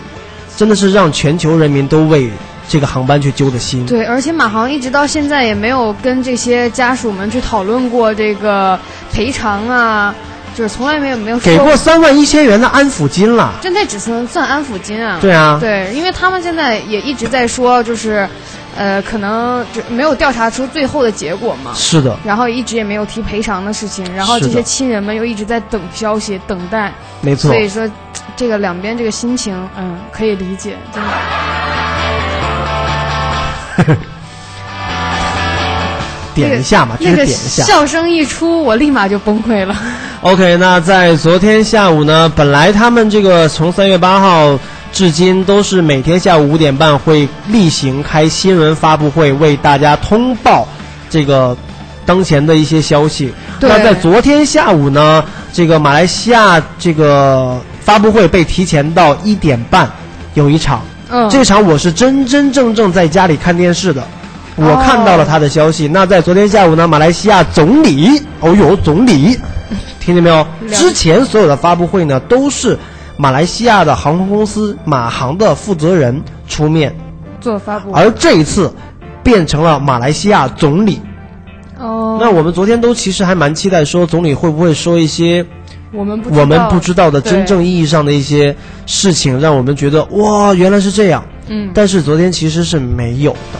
[SPEAKER 5] 真的是让全球人民都为这个航班去揪的心。
[SPEAKER 6] 对，而且马航一直到现在也没有跟这些家属们去讨论过这个赔偿啊，就是从来没有没有
[SPEAKER 5] 给
[SPEAKER 6] 说
[SPEAKER 5] 过三万一千元的安抚金了。
[SPEAKER 6] 真的只算算安抚金啊。
[SPEAKER 5] 对啊，
[SPEAKER 6] 对，因为他们现在也一直在说，就是，呃，可能就没有调查出最后的结果嘛，
[SPEAKER 5] 是的，
[SPEAKER 6] 然后一直也没有提赔偿的事情，然后
[SPEAKER 5] 是
[SPEAKER 6] 这
[SPEAKER 5] 的
[SPEAKER 6] 些亲人们又一直在等消息、等待，
[SPEAKER 5] 没错
[SPEAKER 6] 所。以说，这个两边这个心情，嗯，可以理解，真的。
[SPEAKER 5] 点一下嘛，就是
[SPEAKER 6] 那个
[SPEAKER 5] 点一下。
[SPEAKER 6] 笑声一出，我立马就崩 溃了。
[SPEAKER 5] OK，那在昨天下午呢，本来他们这个从三月八号至今都是每天下午五点半会例行开新闻发布会，为大家通报这个当前的一些消息。
[SPEAKER 6] 对
[SPEAKER 5] 那在昨天下午呢，这个马来西亚这个发布会被提前到一点半，有一场。
[SPEAKER 6] 嗯，
[SPEAKER 5] 这场我是真真正正在家里看电视的，我看到了他的消息。那在昨天下午呢，马来西亚总理，哦呦，总 理，听见没有？
[SPEAKER 6] 解
[SPEAKER 5] 之前所有的发布会呢，都是马来西亚的航空公司马航的负责人出面，
[SPEAKER 6] 做发布会
[SPEAKER 5] 而这一次变成了马来西亚总理。
[SPEAKER 6] 哦，
[SPEAKER 5] 那我们昨天都其实还蛮期待，说总理会不会说一些
[SPEAKER 6] 我们不
[SPEAKER 5] 我们不知道的
[SPEAKER 6] 对
[SPEAKER 5] 真正意义上的一些事情，让我们觉得哇，原来是这样。
[SPEAKER 6] 嗯
[SPEAKER 5] 但是昨天其实是没有的，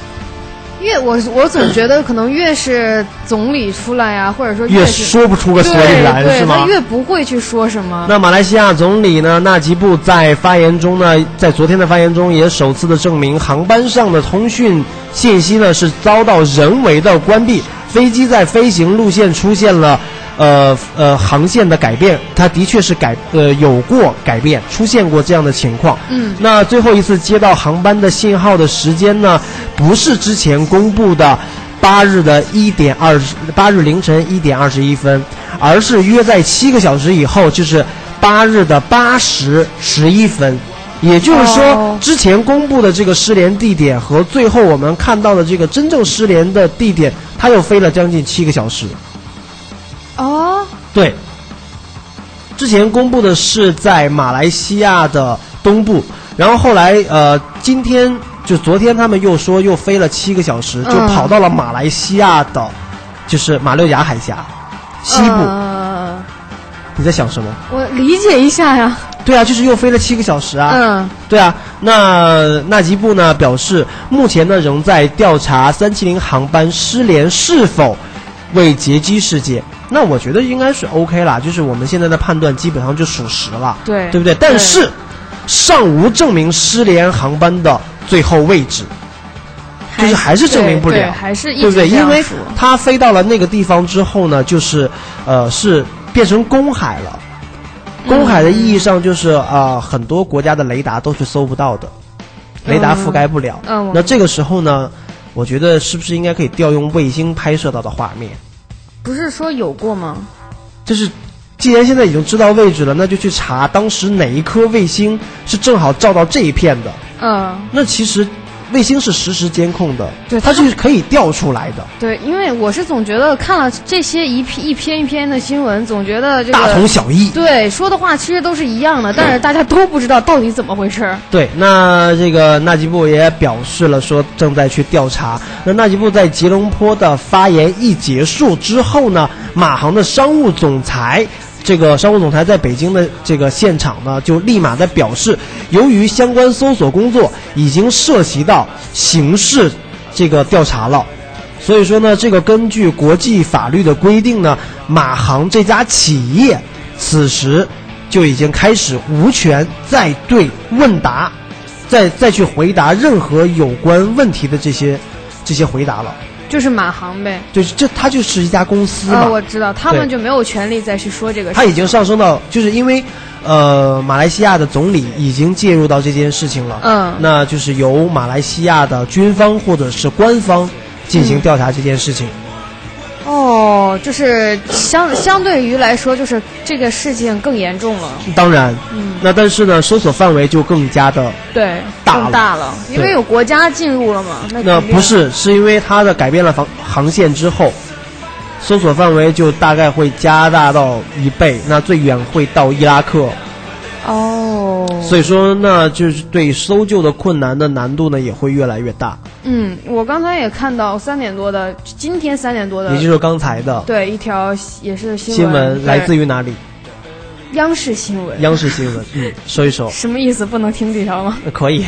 [SPEAKER 6] 越我我总觉得可能越是总理出来呀、或者说
[SPEAKER 5] 越
[SPEAKER 6] 是
[SPEAKER 5] 说不出个所以然，
[SPEAKER 6] 对
[SPEAKER 5] 是
[SPEAKER 6] 对，他
[SPEAKER 5] 吗？
[SPEAKER 6] 越不会去说什么。
[SPEAKER 5] 那马来西亚总理呢，纳吉布在发言中呢，在昨天的发言中也首次的证明，航班上的通讯信息呢是遭到人为的关闭，飞机在飞行路线出现了，呃呃航线的改变，它的确是改呃有过改变，出现过这样的情况。
[SPEAKER 6] 嗯
[SPEAKER 5] 那最后一次接到航班的信号的时间呢，不是之前公布的八日的一点二十八日凌晨一点二十一分，而是约在七个小时以后，就是八日的八时十一分。也就是说
[SPEAKER 6] 哦，
[SPEAKER 5] 之前公布的这个失联地点和最后我们看到的这个真正失联的地点，它又飞了将近七个小时。
[SPEAKER 6] 哦，
[SPEAKER 5] 对，之前公布的是在马来西亚的东部，然后后来呃，今天就昨天他们又说又飞了七个小时，就
[SPEAKER 6] 嗯
[SPEAKER 5] 跑到了马来西亚的，就是马六甲海峡西部。
[SPEAKER 6] 呃
[SPEAKER 5] 你在想什么？
[SPEAKER 6] 我理解一下呀。
[SPEAKER 5] 对啊，就是又飞了七个小时啊。
[SPEAKER 6] 嗯，
[SPEAKER 5] 对啊，那纳吉布呢表示，目前呢仍在调查370航班失联是否为劫机事件。那我觉得应该是 OK 啦，就是我们现在的判断基本上就属实了，
[SPEAKER 6] 对
[SPEAKER 5] 对不对？但
[SPEAKER 6] 对
[SPEAKER 5] 是尚无证明失联航班的最后位置，就是还是证明不了
[SPEAKER 6] 对对还是一直
[SPEAKER 5] 对不对？
[SPEAKER 6] 这样
[SPEAKER 5] 因为
[SPEAKER 6] 说
[SPEAKER 5] 它飞到了那个地方之后呢，就是呃是变成公海了。
[SPEAKER 6] 嗯
[SPEAKER 5] 公海的意义上就是啊、呃很多国家的雷达都是搜不到的，雷达覆盖不了。
[SPEAKER 6] 嗯我
[SPEAKER 5] 那这个时候呢，我觉得是不是应该可以调用卫星拍摄到的画面？
[SPEAKER 6] 不是说有过吗？
[SPEAKER 5] 就是既然现在已经知道位置了，那就去查当时哪一颗卫星是正好照到这一片的。
[SPEAKER 6] 嗯，
[SPEAKER 5] 那其实卫星是实时监控的，
[SPEAKER 6] 对
[SPEAKER 5] 它
[SPEAKER 6] 它
[SPEAKER 5] 是可以调出来的，
[SPEAKER 6] 对，因为我是总觉得看了这些一篇一篇一篇的新闻，总觉得这个
[SPEAKER 5] 大同小异。
[SPEAKER 6] 对说的话其实都是一样的，但是大家都不知道到底怎么回事儿。
[SPEAKER 5] 对，那这个纳吉布也表示了说正在去调查。那纳吉布在吉隆坡的发言一结束之后呢，马航的商务总裁。这个商务总裁在北京的这个现场呢，就立马在表示，由于相关搜索工作已经涉及到刑事这个调查了，所以说呢，这个根据国际法律的规定呢，马航这家企业此时就已经开始无权再对问答，再再去回答任何有关问题的这些这些回答了。
[SPEAKER 6] 就是马航呗，
[SPEAKER 5] 就是这，它就是一家公司嘛，
[SPEAKER 6] 啊，我知道，他们
[SPEAKER 5] 对
[SPEAKER 6] 就没有权利再去说这个事
[SPEAKER 5] 它
[SPEAKER 6] 儿。
[SPEAKER 5] 已经上升到，就是因为，呃，马来西亚的总理已经介入到这件事情了。
[SPEAKER 6] 嗯
[SPEAKER 5] 那就是由马来西亚的军方或者是官方进
[SPEAKER 6] 嗯
[SPEAKER 5] 行调查这件事情。
[SPEAKER 6] 哦，就是相相对于来说，就是这个事情更严重了，
[SPEAKER 5] 当然，
[SPEAKER 6] 嗯
[SPEAKER 5] 那但是呢，搜索范围就更加的，
[SPEAKER 6] 对，
[SPEAKER 5] 大了
[SPEAKER 6] 更大了，因为
[SPEAKER 5] 对
[SPEAKER 6] 有国家进入了嘛。那
[SPEAKER 5] 那
[SPEAKER 6] 肯定啊
[SPEAKER 5] 不是是因为它的改变了航航线之后，搜索范围就大概会加大到一倍，那最远会到伊拉克，
[SPEAKER 6] 哦，
[SPEAKER 5] 所以说，那就是对搜救的困难的难度呢也会越来越大，
[SPEAKER 6] 嗯，我刚才也看到三点多的，今天三点多的
[SPEAKER 5] 也，就是刚才的
[SPEAKER 6] 对一条也是新
[SPEAKER 5] 新闻来自
[SPEAKER 6] 于
[SPEAKER 5] 于哪里？
[SPEAKER 6] 央视新闻，
[SPEAKER 5] 央视新 闻，嗯，搜一搜，
[SPEAKER 6] 什么意思？不能听这条吗？
[SPEAKER 5] 呃可 以。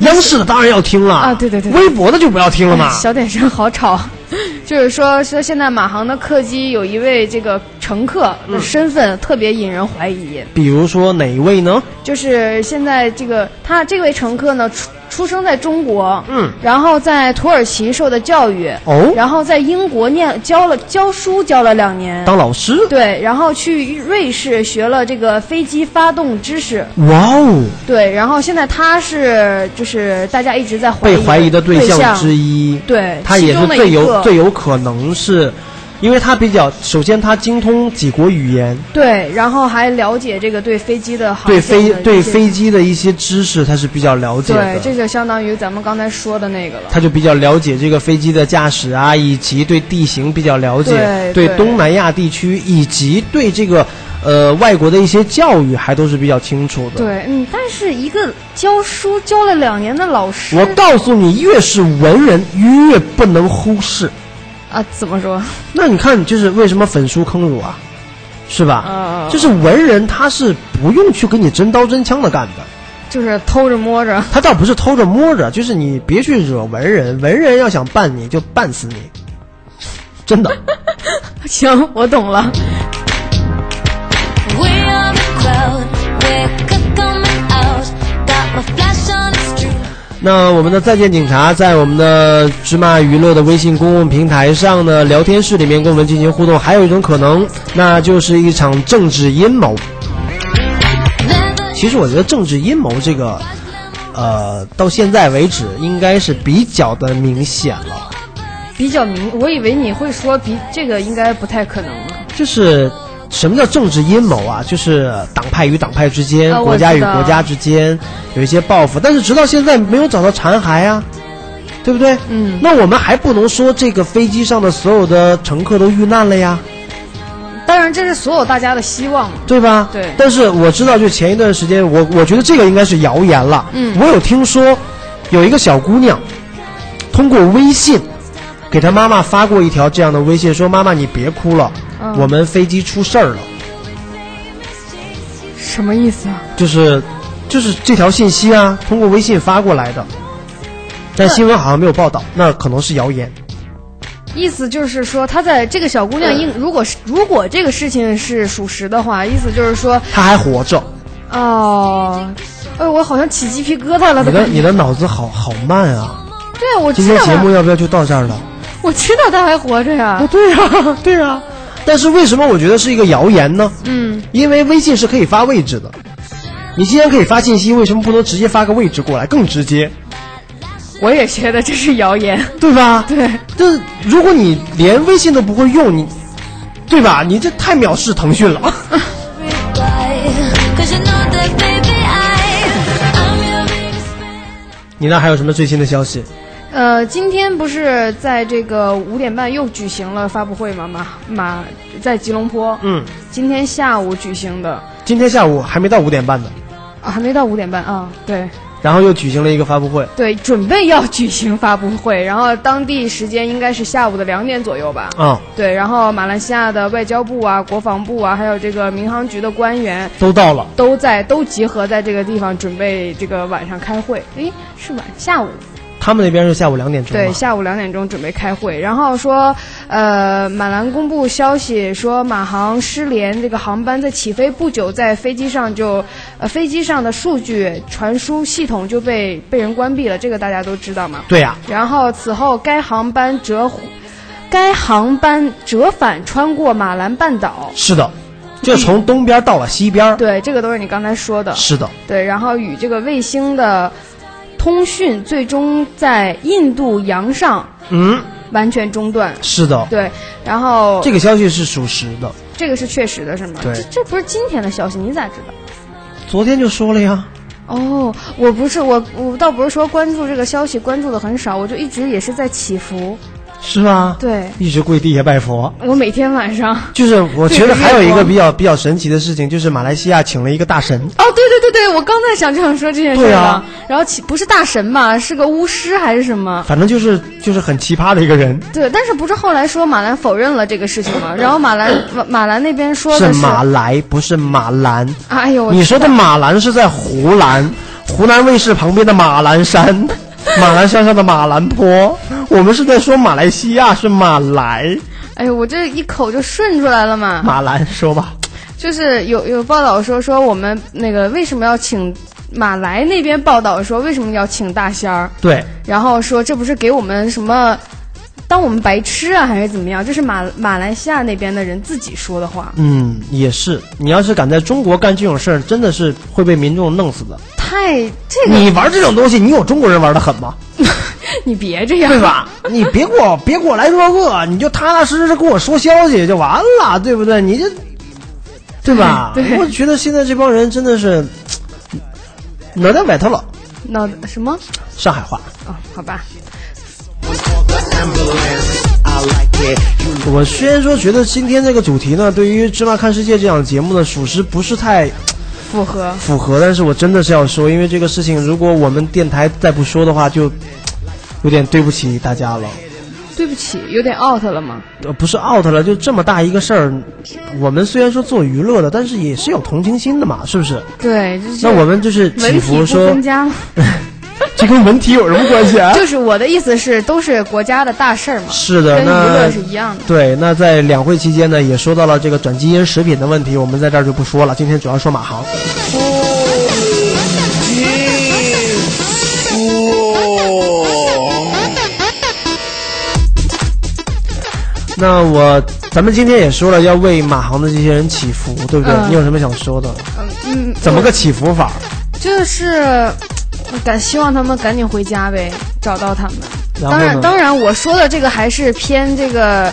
[SPEAKER 5] 央视的当然要听了
[SPEAKER 6] 啊对对对对哎
[SPEAKER 5] 微博的就不要听了嘛。
[SPEAKER 6] 小点声，好吵。 就是说，说现在马航的客机有一位这个乘客
[SPEAKER 5] 嗯
[SPEAKER 6] 的身份特别引人怀疑，
[SPEAKER 5] 比如说哪一位呢？
[SPEAKER 6] 就是现在这个他这位乘客呢，出出生在中国，
[SPEAKER 5] 嗯，
[SPEAKER 6] 然后在土耳其受的教育，
[SPEAKER 5] 哦
[SPEAKER 6] 然后在英国念教了教书教了两年，
[SPEAKER 5] 当老师？
[SPEAKER 6] 对，然后去瑞士学了这个飞机发动知识，
[SPEAKER 5] 哇哦，
[SPEAKER 6] 对，然后现在他是就是大家一直在怀疑
[SPEAKER 5] 被怀疑的
[SPEAKER 6] 对
[SPEAKER 5] 象之一。
[SPEAKER 6] 对
[SPEAKER 5] 他
[SPEAKER 6] 其
[SPEAKER 5] 也是
[SPEAKER 6] 中的
[SPEAKER 5] 最
[SPEAKER 6] 一
[SPEAKER 5] 有
[SPEAKER 6] 个
[SPEAKER 5] 最有可能是，因为他比较，首先他精通几国语言，
[SPEAKER 6] 对，然后还了解这个对飞机的航
[SPEAKER 5] 对
[SPEAKER 6] 线
[SPEAKER 5] 飞
[SPEAKER 6] 的一
[SPEAKER 5] 对
[SPEAKER 6] 些
[SPEAKER 5] 飞机的一些知识他是比较了解
[SPEAKER 6] 对，这
[SPEAKER 5] 的。
[SPEAKER 6] 就相当于咱们刚才说的那个了。
[SPEAKER 5] 他就比较了解这个飞机的驾驶啊，以及对地形比较了解，
[SPEAKER 6] 对对
[SPEAKER 5] 东南亚地区以及对这个呃外国的一些教育还都是比较清楚的。
[SPEAKER 6] 对，嗯，但是一个教书教了两年的老师，
[SPEAKER 5] 我告诉你，越是文人越不能忽视。
[SPEAKER 6] 啊，怎么说？
[SPEAKER 5] 那你看，就是为什么粉书坑儒啊，是吧？
[SPEAKER 6] 啊
[SPEAKER 5] 就是文人他是不用去跟你真刀真枪的干的，
[SPEAKER 6] 就是偷着摸着。
[SPEAKER 5] 他倒不是偷着摸着，就是你别去惹文人，文人要想办你就办死你，真的。
[SPEAKER 6] 行，我懂了。
[SPEAKER 7] We're on the cloud, we're coming out. Got my flash on the street.
[SPEAKER 5] 那我们的再见警察在我们的芝麻娱乐的微信公共平台上呢，聊天室里面跟我们进行互动，还有一种可能，那就是一场政治阴谋。
[SPEAKER 7] Never
[SPEAKER 5] 其实我觉得政治阴谋这个，呃，到现在为止应该是比较的明显了，
[SPEAKER 6] 比较明，我以为你会说比这个应该不太可能了。
[SPEAKER 5] 就是。什么叫政治阴谋啊？就是党派与党派之间，
[SPEAKER 6] 啊我
[SPEAKER 5] 国家与
[SPEAKER 6] 知道
[SPEAKER 5] 国家之间有一些报复，但是直到现在没有找到残骸啊，对不对？
[SPEAKER 6] 嗯
[SPEAKER 5] 那我们还不能说这个飞机上的所有的乘客都遇难了呀，
[SPEAKER 6] 当然，这是所有大家的希望嘛。
[SPEAKER 5] 对吧？
[SPEAKER 6] 对
[SPEAKER 5] 但是我知道，就前一段时间，我我觉得这个应该是谣言了。
[SPEAKER 6] 嗯
[SPEAKER 5] 我有听说，有一个小姑娘通过微信给她妈妈发过一条这样的微信，说：“妈妈，你别哭了，
[SPEAKER 6] 嗯
[SPEAKER 5] 我们飞机出事儿了。
[SPEAKER 6] 什么意思啊？”
[SPEAKER 5] 就是就是这条信息啊，通过微信发过来的。但新闻好像没有报道，那可能是谣言。
[SPEAKER 6] 意思就是说，他在这个小姑娘应，如果是如果这个事情是属实的话，意思就是说，
[SPEAKER 5] 她还活着，
[SPEAKER 6] 哦，哎，我好像起鸡皮疙瘩了。
[SPEAKER 5] 你
[SPEAKER 6] 都
[SPEAKER 5] 的
[SPEAKER 6] 快
[SPEAKER 5] 你的脑子好好慢啊！
[SPEAKER 6] 对，我
[SPEAKER 5] 今
[SPEAKER 6] 知
[SPEAKER 5] 天
[SPEAKER 6] 道
[SPEAKER 5] 节
[SPEAKER 6] 啊
[SPEAKER 5] 目要不要就到这儿了？
[SPEAKER 6] 我知道他还活着呀。
[SPEAKER 5] 对啊，对啊。但是为什么我觉得是一个谣言呢？
[SPEAKER 6] 嗯，
[SPEAKER 5] 因为微信是可以发位置的，你既然可以发信息，为什么不能直接发个位置过来，更直接，
[SPEAKER 6] 我也觉得这是谣言。
[SPEAKER 5] 对吧？
[SPEAKER 6] 对。
[SPEAKER 5] 就是如果你连微信都不会用，你，对吧？你这太藐视腾讯了。
[SPEAKER 7] reply. Cause you know that baby I I'm your biggest fan.
[SPEAKER 5] 你那还有什么最新的消息？
[SPEAKER 6] 呃，今天不是在这个五点半又举行了发布会吗？马马在吉隆坡，
[SPEAKER 5] 嗯，
[SPEAKER 6] 今天下午举行的，
[SPEAKER 5] 今天下午还没到五点半呢，
[SPEAKER 6] 啊，还没到五点半啊。对
[SPEAKER 5] 然后又举行了一个发布会。
[SPEAKER 6] 对，准备要举行发布会，然后当地时间应该是下午的两点左右吧。
[SPEAKER 5] 啊、
[SPEAKER 6] 对，然后马来西亚的外交部啊、国防部啊，还有这个民航局的官员
[SPEAKER 5] 都到了。
[SPEAKER 6] 都在都集合在这个地方，准备这个晚上开会。诶，是晚下午
[SPEAKER 5] 他们那边是下午两点钟嘛
[SPEAKER 6] 对，下午两点钟准备开会，然后说，呃，马兰公布消息说，马航失联这个航班在起飞不久，在飞机上就，呃，飞机上的数据传输系统就被被人关闭了，这个大家都知道嘛。
[SPEAKER 5] 对呀、
[SPEAKER 6] 然后此后该航班折回，该航班折返穿过马兰半岛，
[SPEAKER 5] 是的，就从东边到了西边。，
[SPEAKER 6] 对，这个都是你刚才说的。
[SPEAKER 5] 是的，
[SPEAKER 6] 对，然后与这个卫星的通讯最终在印度洋上
[SPEAKER 5] 嗯，
[SPEAKER 6] 完全中断。
[SPEAKER 5] 是的，
[SPEAKER 6] 对，然后
[SPEAKER 5] 这个消息是属实的。
[SPEAKER 6] 这个是确实的，是吗？
[SPEAKER 5] 对
[SPEAKER 6] 这这不是今天的消息，你咋知道？
[SPEAKER 5] 昨天就说了呀，
[SPEAKER 6] 哦，我不是我，我倒不是说关注这个消息关注的很少，我就一直也是在起伏。
[SPEAKER 5] 是吗？
[SPEAKER 6] 对
[SPEAKER 5] 一直跪地下拜佛。
[SPEAKER 6] 我每天晚上，哦，
[SPEAKER 5] 就是我觉得还有一
[SPEAKER 6] 对
[SPEAKER 5] 个
[SPEAKER 6] 月光
[SPEAKER 5] 比较比较神奇的事情，就是马来西亚请了一个大神，
[SPEAKER 6] 对对对对，我刚才想这样说这件事
[SPEAKER 5] 对
[SPEAKER 6] 了。
[SPEAKER 5] 啊
[SPEAKER 6] 然后其不是大神吧，是个巫师还是什么？
[SPEAKER 5] 反正就是就是很奇葩的一个人，
[SPEAKER 6] 对，但是不是后来说马兰否认了这个事情吗？然后马兰马马兰那边说
[SPEAKER 5] 是
[SPEAKER 6] 的是，
[SPEAKER 5] 马来不是马兰。
[SPEAKER 6] 哎呦，我
[SPEAKER 5] 你说的马兰是在湖南，湖南卫视旁边的马兰 山，马兰山上的马兰坡。我们是在说马来西亚是马来，
[SPEAKER 6] 哎呦，我这一口就顺出来了嘛。
[SPEAKER 5] 马兰说吧，
[SPEAKER 6] 就是有有报道说说我们那个为什么要请马来那边报道说为什么要请大仙儿，
[SPEAKER 5] 对，
[SPEAKER 6] 然后说这不是给我们什么当我们白痴啊还是怎么样？这是马马来西亚那边的人自己说的话，
[SPEAKER 5] 嗯，也是。你要是敢在中国干这种事儿，真的是会被民众弄死的。
[SPEAKER 6] 太这个
[SPEAKER 5] 你玩这种东西，你有中国人玩的狠吗？
[SPEAKER 6] 你别这样
[SPEAKER 5] 对吧？ 你别给我别给我来这个，你就踏踏实实给我说消息就完了，对不对？你这，对吧？
[SPEAKER 6] 对
[SPEAKER 5] 我觉得现在这帮人真的是脑袋歪头了，
[SPEAKER 6] 脑什么
[SPEAKER 5] 上海话。
[SPEAKER 6] 哦？好吧，
[SPEAKER 5] 我虽然说觉得今天这个主题呢，对于《芝麻看世界》这档节目呢，属实不是太
[SPEAKER 6] 符合
[SPEAKER 5] 符合，但是我真的是要说，因为这个事情，如果我们电台再不说的话，就有点对不起大家了。
[SPEAKER 6] 对不起，有点 out 了吗？
[SPEAKER 5] 呃，不是 out 了，就这么大一个事儿，我们虽然说做娱乐的，但是也是有同情心的嘛，是不是？
[SPEAKER 6] 对，就是
[SPEAKER 5] 那我们就是祈
[SPEAKER 6] 文体
[SPEAKER 5] 福
[SPEAKER 6] 不
[SPEAKER 5] 说
[SPEAKER 6] 分，家嘛，
[SPEAKER 5] 这跟文体有什么关系啊？
[SPEAKER 6] 就是我的意思是都是国家的大事儿嘛，
[SPEAKER 5] 是的，
[SPEAKER 6] 跟娱乐
[SPEAKER 5] 那
[SPEAKER 6] 是一样的。
[SPEAKER 5] 对，那在两会期间呢，也说到了这个转基因食品的问题，我们在这儿就不说了。今天主要说马航。那我，咱们今天也说了要为马航的这些人祈福，对不对？
[SPEAKER 6] 嗯
[SPEAKER 5] 你有什么想说的？
[SPEAKER 6] 嗯，
[SPEAKER 5] 怎么个祈福法？
[SPEAKER 6] 就是我赶希望他们赶紧回家呗，找到他们。
[SPEAKER 5] 然后
[SPEAKER 6] 当
[SPEAKER 5] 呢
[SPEAKER 6] 然，？当然，我说的这个还是偏这个。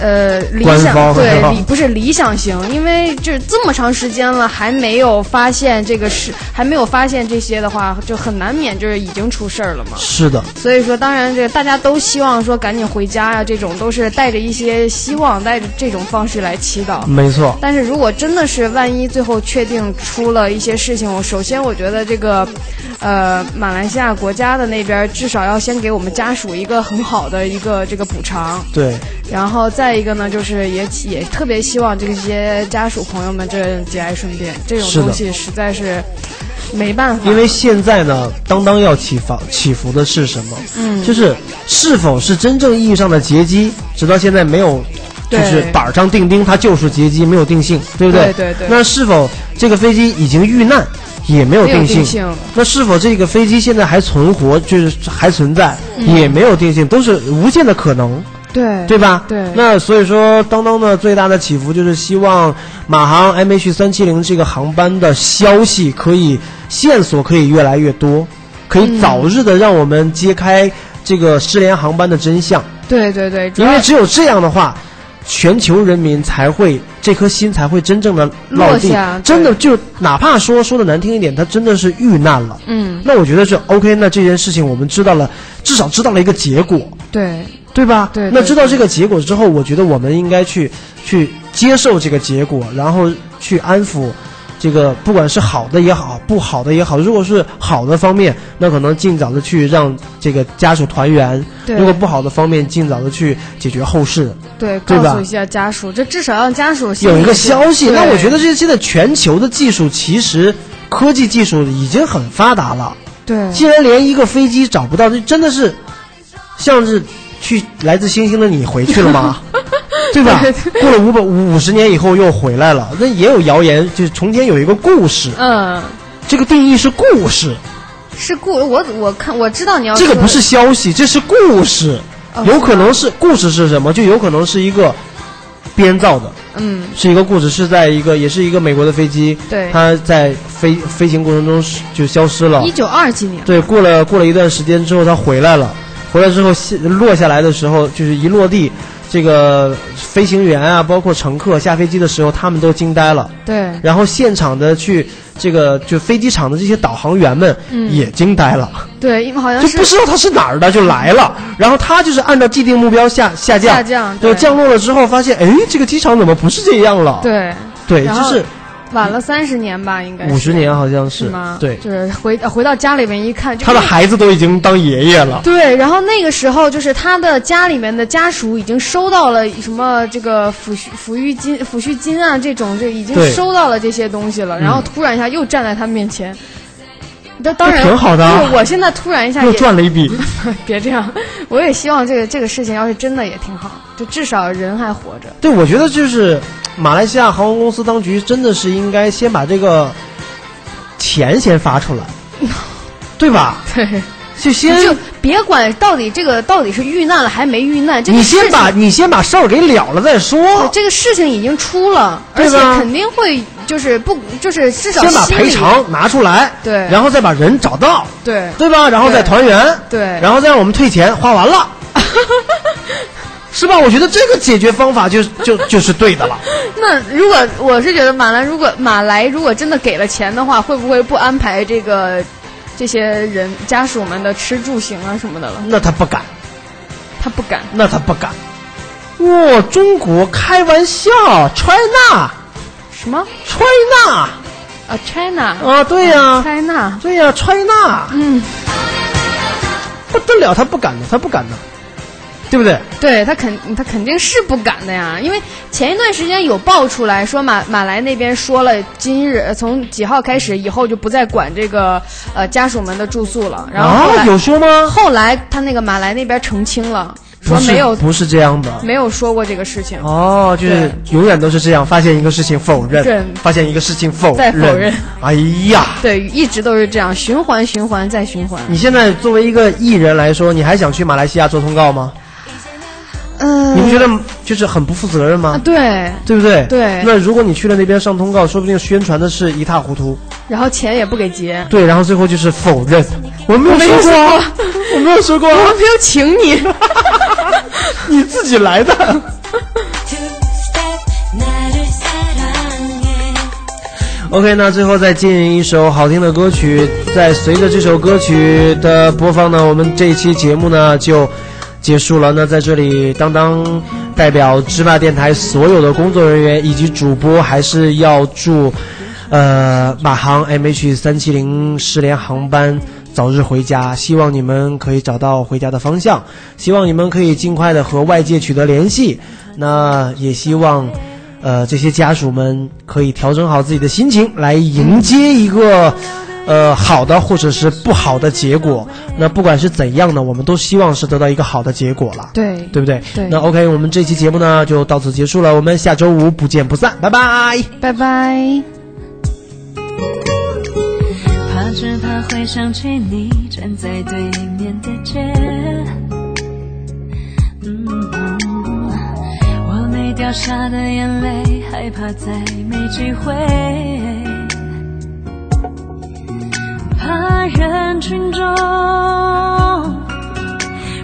[SPEAKER 6] 呃，理
[SPEAKER 5] 官
[SPEAKER 6] 想
[SPEAKER 5] 方是吧
[SPEAKER 6] 对理不是理想型，因为这这么长时间了还没有发现这个事，还没有发现这些的话，就很难免就是已经出事儿了嘛。
[SPEAKER 5] 是的，
[SPEAKER 6] 所以说，当然这个大家都希望说赶紧回家呀、这种都是带着一些希望，带着这种方式来祈祷。
[SPEAKER 5] 没错。
[SPEAKER 6] 但是如果真的是万一最后确定出了一些事情，我首先我觉得这个，呃，马来西亚国家的那边至少要先给我们家属一个很好的一个这个补偿，
[SPEAKER 5] 对，
[SPEAKER 6] 然后再一个呢，就是也也特别希望这些家属朋友们这节哀顺变，这种
[SPEAKER 5] 是的
[SPEAKER 6] 东西实在是没办法，
[SPEAKER 5] 因为现在呢，当当要起伏起伏的是什么？嗯，就是是否是真正意义上的劫机，直到现在没有，就
[SPEAKER 6] 对
[SPEAKER 5] 是板上钉钉，它就是劫机，没有定性，对不对？
[SPEAKER 6] 对对对
[SPEAKER 5] 那是否这个飞机已经遇难，也没有
[SPEAKER 6] 没有
[SPEAKER 5] 定性？
[SPEAKER 6] 定性
[SPEAKER 5] 那是否这个飞机现在还存活，就是还存在，
[SPEAKER 6] 嗯
[SPEAKER 5] 也没有定性，都是无限的可能。
[SPEAKER 6] 对
[SPEAKER 5] 对吧？
[SPEAKER 6] 对
[SPEAKER 5] 那所以说，当当呢最大的起伏就是希望马航 MH 三七零这个航班的消息可以线索可以越来越多，可以早日的让我们揭开这个失联航班的真
[SPEAKER 6] 嗯
[SPEAKER 5] 相，
[SPEAKER 6] 对对对，主
[SPEAKER 5] 因为
[SPEAKER 6] 要
[SPEAKER 5] 只有这样的话。全球人民才会这颗心才会真正的落地
[SPEAKER 6] 落下，对
[SPEAKER 5] 真的就哪怕说说的难听一点，它真的是遇难了。
[SPEAKER 6] 嗯
[SPEAKER 5] 那我觉得是 OK，那这件事情我们知道了，至少知道了一个结果。
[SPEAKER 6] 对
[SPEAKER 5] 对吧？
[SPEAKER 6] 对
[SPEAKER 5] 那
[SPEAKER 6] 对
[SPEAKER 5] 知道
[SPEAKER 6] 对
[SPEAKER 5] 这个结果之后，我觉得我们应该去去接受这个结果，然后去安抚这个，不管是好的也好，不好的也好。如果是好的方面，那可能尽早的去让这个家属团圆；
[SPEAKER 6] 对
[SPEAKER 5] 如果不好的方面，尽早的去解决后事，
[SPEAKER 6] 对，
[SPEAKER 5] 对
[SPEAKER 6] 告
[SPEAKER 5] 吧
[SPEAKER 6] 诉一下家属，这至少让家属心里
[SPEAKER 5] 有一个
[SPEAKER 6] 是
[SPEAKER 5] 消息。那
[SPEAKER 6] 对
[SPEAKER 5] 我觉得这现在全球的技术其实。科技技术已经很发达了，
[SPEAKER 6] 对
[SPEAKER 5] 既然连一个飞机找不到，这真的是像是去来自星星的你回去了 吗？对吧？过了五百五五十年以后又回来了，那也有谣言，就是从前有一个故事，
[SPEAKER 6] 嗯。
[SPEAKER 5] 这个定义是故事，
[SPEAKER 6] 是故我我看我知道你要
[SPEAKER 5] 这个
[SPEAKER 6] 说
[SPEAKER 5] 不哦是消息，这是故事，
[SPEAKER 6] 哦
[SPEAKER 5] 有可能是故事是什么？就有可能是一个编造的，
[SPEAKER 6] 嗯
[SPEAKER 5] 是一个故事，是在一个也是一个美国的飞机，
[SPEAKER 6] 对
[SPEAKER 5] 它在飞飞行过程中就消失了，
[SPEAKER 6] 一九二几年
[SPEAKER 5] 对，过了过了一段时间之后，他回来了。回来之后，下落下来的时候，就是一落地，这个飞行员啊，包括乘客下飞机的时候，他们都惊呆了。
[SPEAKER 6] 对，
[SPEAKER 5] 然后现场的去这个就飞机场的这些导航员们
[SPEAKER 6] 嗯
[SPEAKER 5] 也惊呆了，
[SPEAKER 6] 对，因为好像
[SPEAKER 5] 就是不知道他是哪儿的就来了。然后他就是按照既定目标下下降，
[SPEAKER 6] 下降
[SPEAKER 5] 对，
[SPEAKER 6] 对
[SPEAKER 5] 降落了之后发现，哎，这个机场怎么不是这样了？
[SPEAKER 6] 对，
[SPEAKER 5] 对，
[SPEAKER 6] 然
[SPEAKER 5] 就
[SPEAKER 6] 后
[SPEAKER 5] 是
[SPEAKER 6] 晚了三十年吧，应该是
[SPEAKER 5] 五十年好像是
[SPEAKER 6] 是吗？
[SPEAKER 5] 对，
[SPEAKER 6] 就是回呃回到家里面一看，就
[SPEAKER 5] 他的孩子都已经当爷爷了。
[SPEAKER 6] 对，然后那个时候就是他的家里面的家属已经收到了什么这个抚恤抚育金、抚恤金啊这种，就已经
[SPEAKER 5] 对嗯
[SPEAKER 6] 收到了这些东西了。然后突然一下又站在他面前，那当然
[SPEAKER 5] 挺好的啊
[SPEAKER 6] 因为我现在突然一下
[SPEAKER 5] 又
[SPEAKER 6] 也
[SPEAKER 5] 赚了一 笔，
[SPEAKER 6] 别这样，我也希望这个这个事情要是真的也挺好，就至少人还活着。
[SPEAKER 5] 对，我觉得就是马来西亚航空公司当局真的是应该先把这个钱先发出来， 对吧？
[SPEAKER 6] 对，
[SPEAKER 5] 就先
[SPEAKER 6] 就别管到底这个到底是遇难了还没遇难，这个
[SPEAKER 5] 你
[SPEAKER 6] 事
[SPEAKER 5] 先
[SPEAKER 6] 情
[SPEAKER 5] 把你先把事儿给了了再
[SPEAKER 6] 对
[SPEAKER 5] 说，
[SPEAKER 6] 这个事情已经出了，而
[SPEAKER 5] 对
[SPEAKER 6] 且
[SPEAKER 5] 吧
[SPEAKER 6] 肯定会就是不就是至少
[SPEAKER 5] 先把
[SPEAKER 6] 心
[SPEAKER 5] 赔
[SPEAKER 6] 里
[SPEAKER 5] 偿拿出来，
[SPEAKER 6] 对
[SPEAKER 5] 然后再把人找到，
[SPEAKER 6] 对
[SPEAKER 5] 对吧？然后再
[SPEAKER 6] 对
[SPEAKER 5] 团圆，
[SPEAKER 6] 对
[SPEAKER 5] 然后再让我们退钱，花完 了。是吧？我觉得这个解决方法就就就是对的了。
[SPEAKER 6] 那如果我是觉得马来，如果马来如果真的给了钱的话，会不会不安排这个这些人家属们的吃住行啊什么的了？
[SPEAKER 5] 那他不敢，
[SPEAKER 6] 他不敢，
[SPEAKER 5] 那他不敢。哇、中国开玩笑，China
[SPEAKER 6] 什么
[SPEAKER 5] China
[SPEAKER 6] 啊？China
[SPEAKER 5] 啊，对呀、
[SPEAKER 6] China，
[SPEAKER 5] 对呀、c h i n a
[SPEAKER 6] 嗯，
[SPEAKER 5] 不得了，他不敢的，他不敢的，对不对？
[SPEAKER 6] 对他肯他肯定是不敢的呀，因为前一段时间有爆出来说马马来那边说了，今日呃从几号开始以后就不再管这个呃家属们的住宿了，然后后来、
[SPEAKER 5] 啊，有说吗？
[SPEAKER 6] 后来他那个马来那边澄清了，说
[SPEAKER 5] 不是
[SPEAKER 6] 没有
[SPEAKER 5] 不是这样的。
[SPEAKER 6] 没有说过这个事情。
[SPEAKER 5] 哦，就是永远都是这样，发现一个事情否认
[SPEAKER 6] 认，
[SPEAKER 5] 发现一个事情否
[SPEAKER 6] 再
[SPEAKER 5] 认，
[SPEAKER 6] 否认
[SPEAKER 5] 哎呀，
[SPEAKER 6] 对，一直都是这样，循环、循环再循环。
[SPEAKER 5] 你现在作为一个艺人来说，你还想去马来西亚做通告吗？
[SPEAKER 6] 嗯、
[SPEAKER 5] 你不觉得就是很不负责任
[SPEAKER 6] 啊
[SPEAKER 5] 吗？？
[SPEAKER 6] 对，
[SPEAKER 5] 对不对？
[SPEAKER 6] 对
[SPEAKER 5] 那如果你去了那边上通告，说不定宣传的是一塌糊涂。
[SPEAKER 6] 然后钱也不给结，
[SPEAKER 5] 对，然后最后就是否认，我没有
[SPEAKER 6] 我没
[SPEAKER 5] 说
[SPEAKER 6] 有
[SPEAKER 5] 过啊
[SPEAKER 6] 说，
[SPEAKER 5] 我没有说过啊，
[SPEAKER 6] 我没有请你。
[SPEAKER 5] 你自己来的。OK，那最后再进一首好听的歌曲。在随着这首歌曲的播放呢，我们这一期节目呢就结束了。那在这里，当当代表芝麻电台所有的工作人员以及主播，还是要祝呃马航 MH 三七零失联航班。早日回家，希望你们可以找到回家的方向，希望你们可以尽快的和外界取得联系。那也希望呃，这些家属们可以调整好自己的心情，来迎接一个，呃，好的或者是不好的结果。那不管是怎样呢，我们都希望是得到一个好的结果了，
[SPEAKER 6] 对
[SPEAKER 5] 对不对？
[SPEAKER 6] 对
[SPEAKER 5] 那 OK，我们这期节目呢就到此结束了，我们下周五不见不散，拜拜。
[SPEAKER 6] 拜拜。
[SPEAKER 7] 怕只怕会想起你站在对面的街。嗯，我没掉下的眼泪，害怕再没机会。怕人群中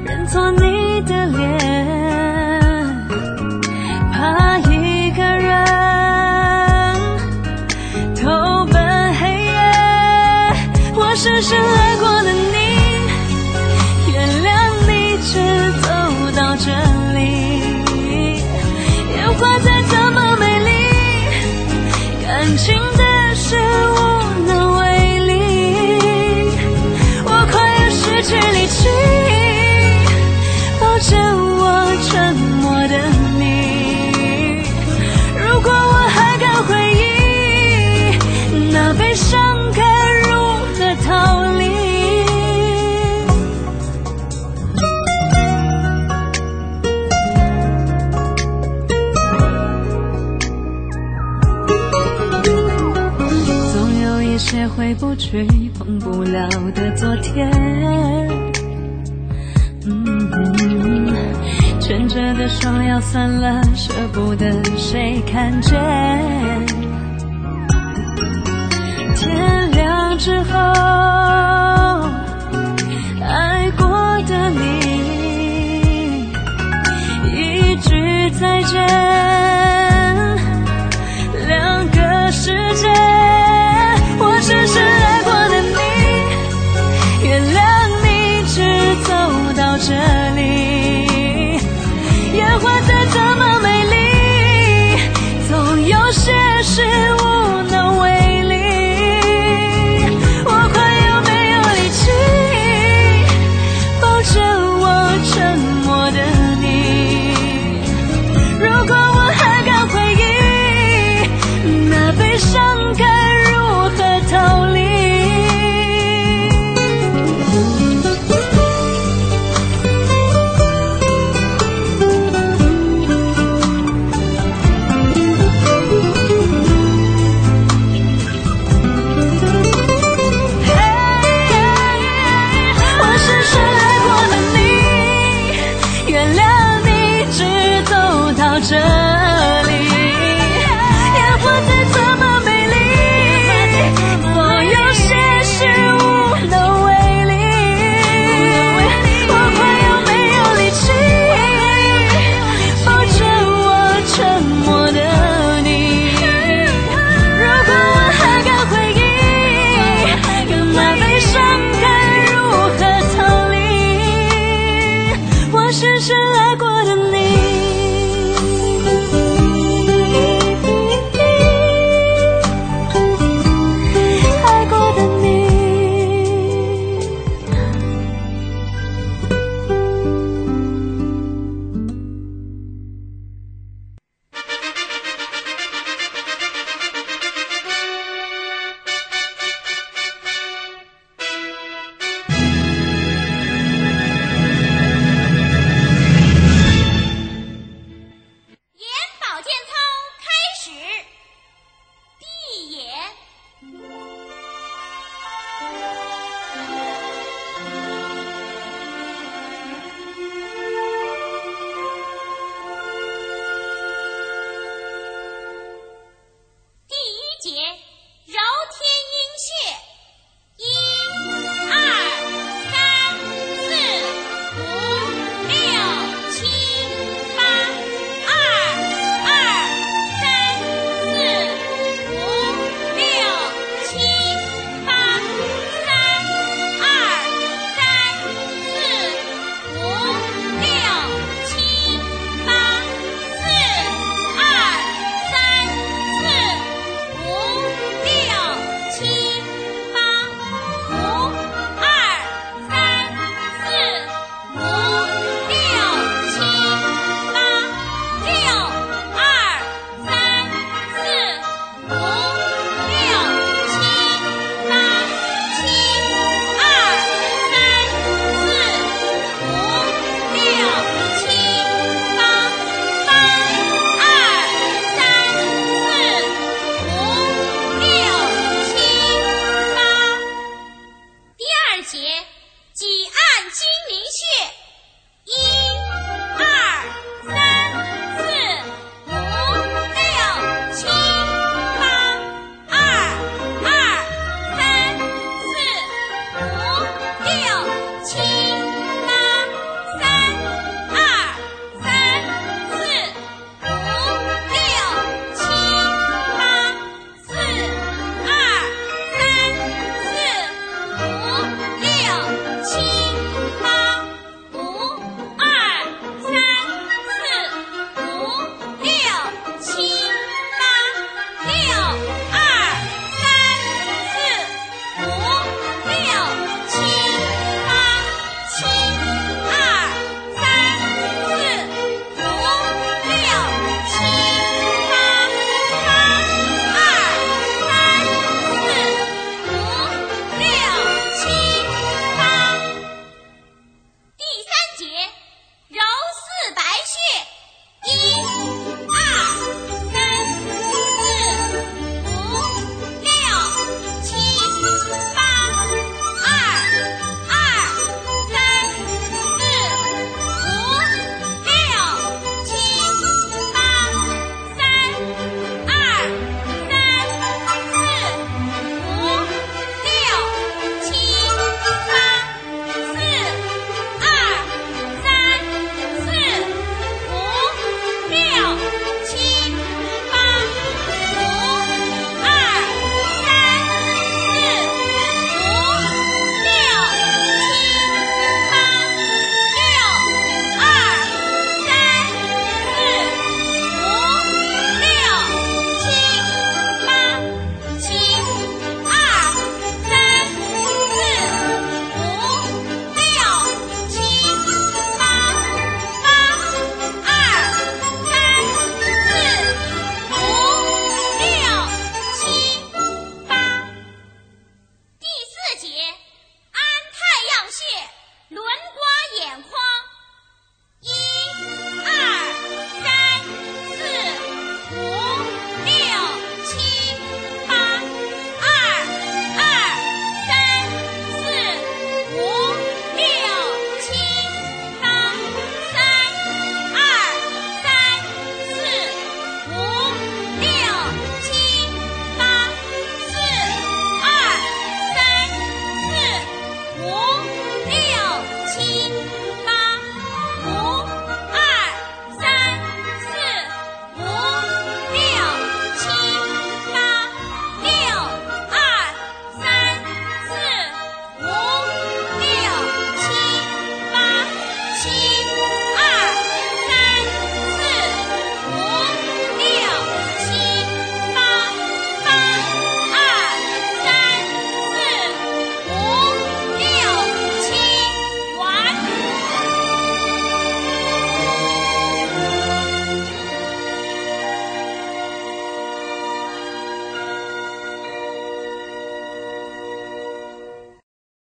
[SPEAKER 7] 认错你的脸，怕一个人。投奔黑夜。我深深爱过的你，原谅你只走到这里。烟花再怎么美丽，感情的事无能为力。我快要失去理智，抱着我沉默的你。如果我还敢回忆，那悲伤该如何逃离？总有一些回不去、碰不了的昨天。嗯，牵着的手要散了，舍不得谁看见。天亮之后，爱过的你，一句深爱过的你。爱过的你，
[SPEAKER 8] 眼保健操开始，闭眼。第一节揉天阴穴，一、二、三、四、五、六、七、八，二、二、三、四、五、六、七、八，三、二、三、四、五、六、七、八，四、二、三、四、五、六、七、八，五、二、三、四、五、六、七、八，六、二、三、四、五、六、七、八，七、二、三、四、五、六、七、八，八、二、三、四。五六七八。第二节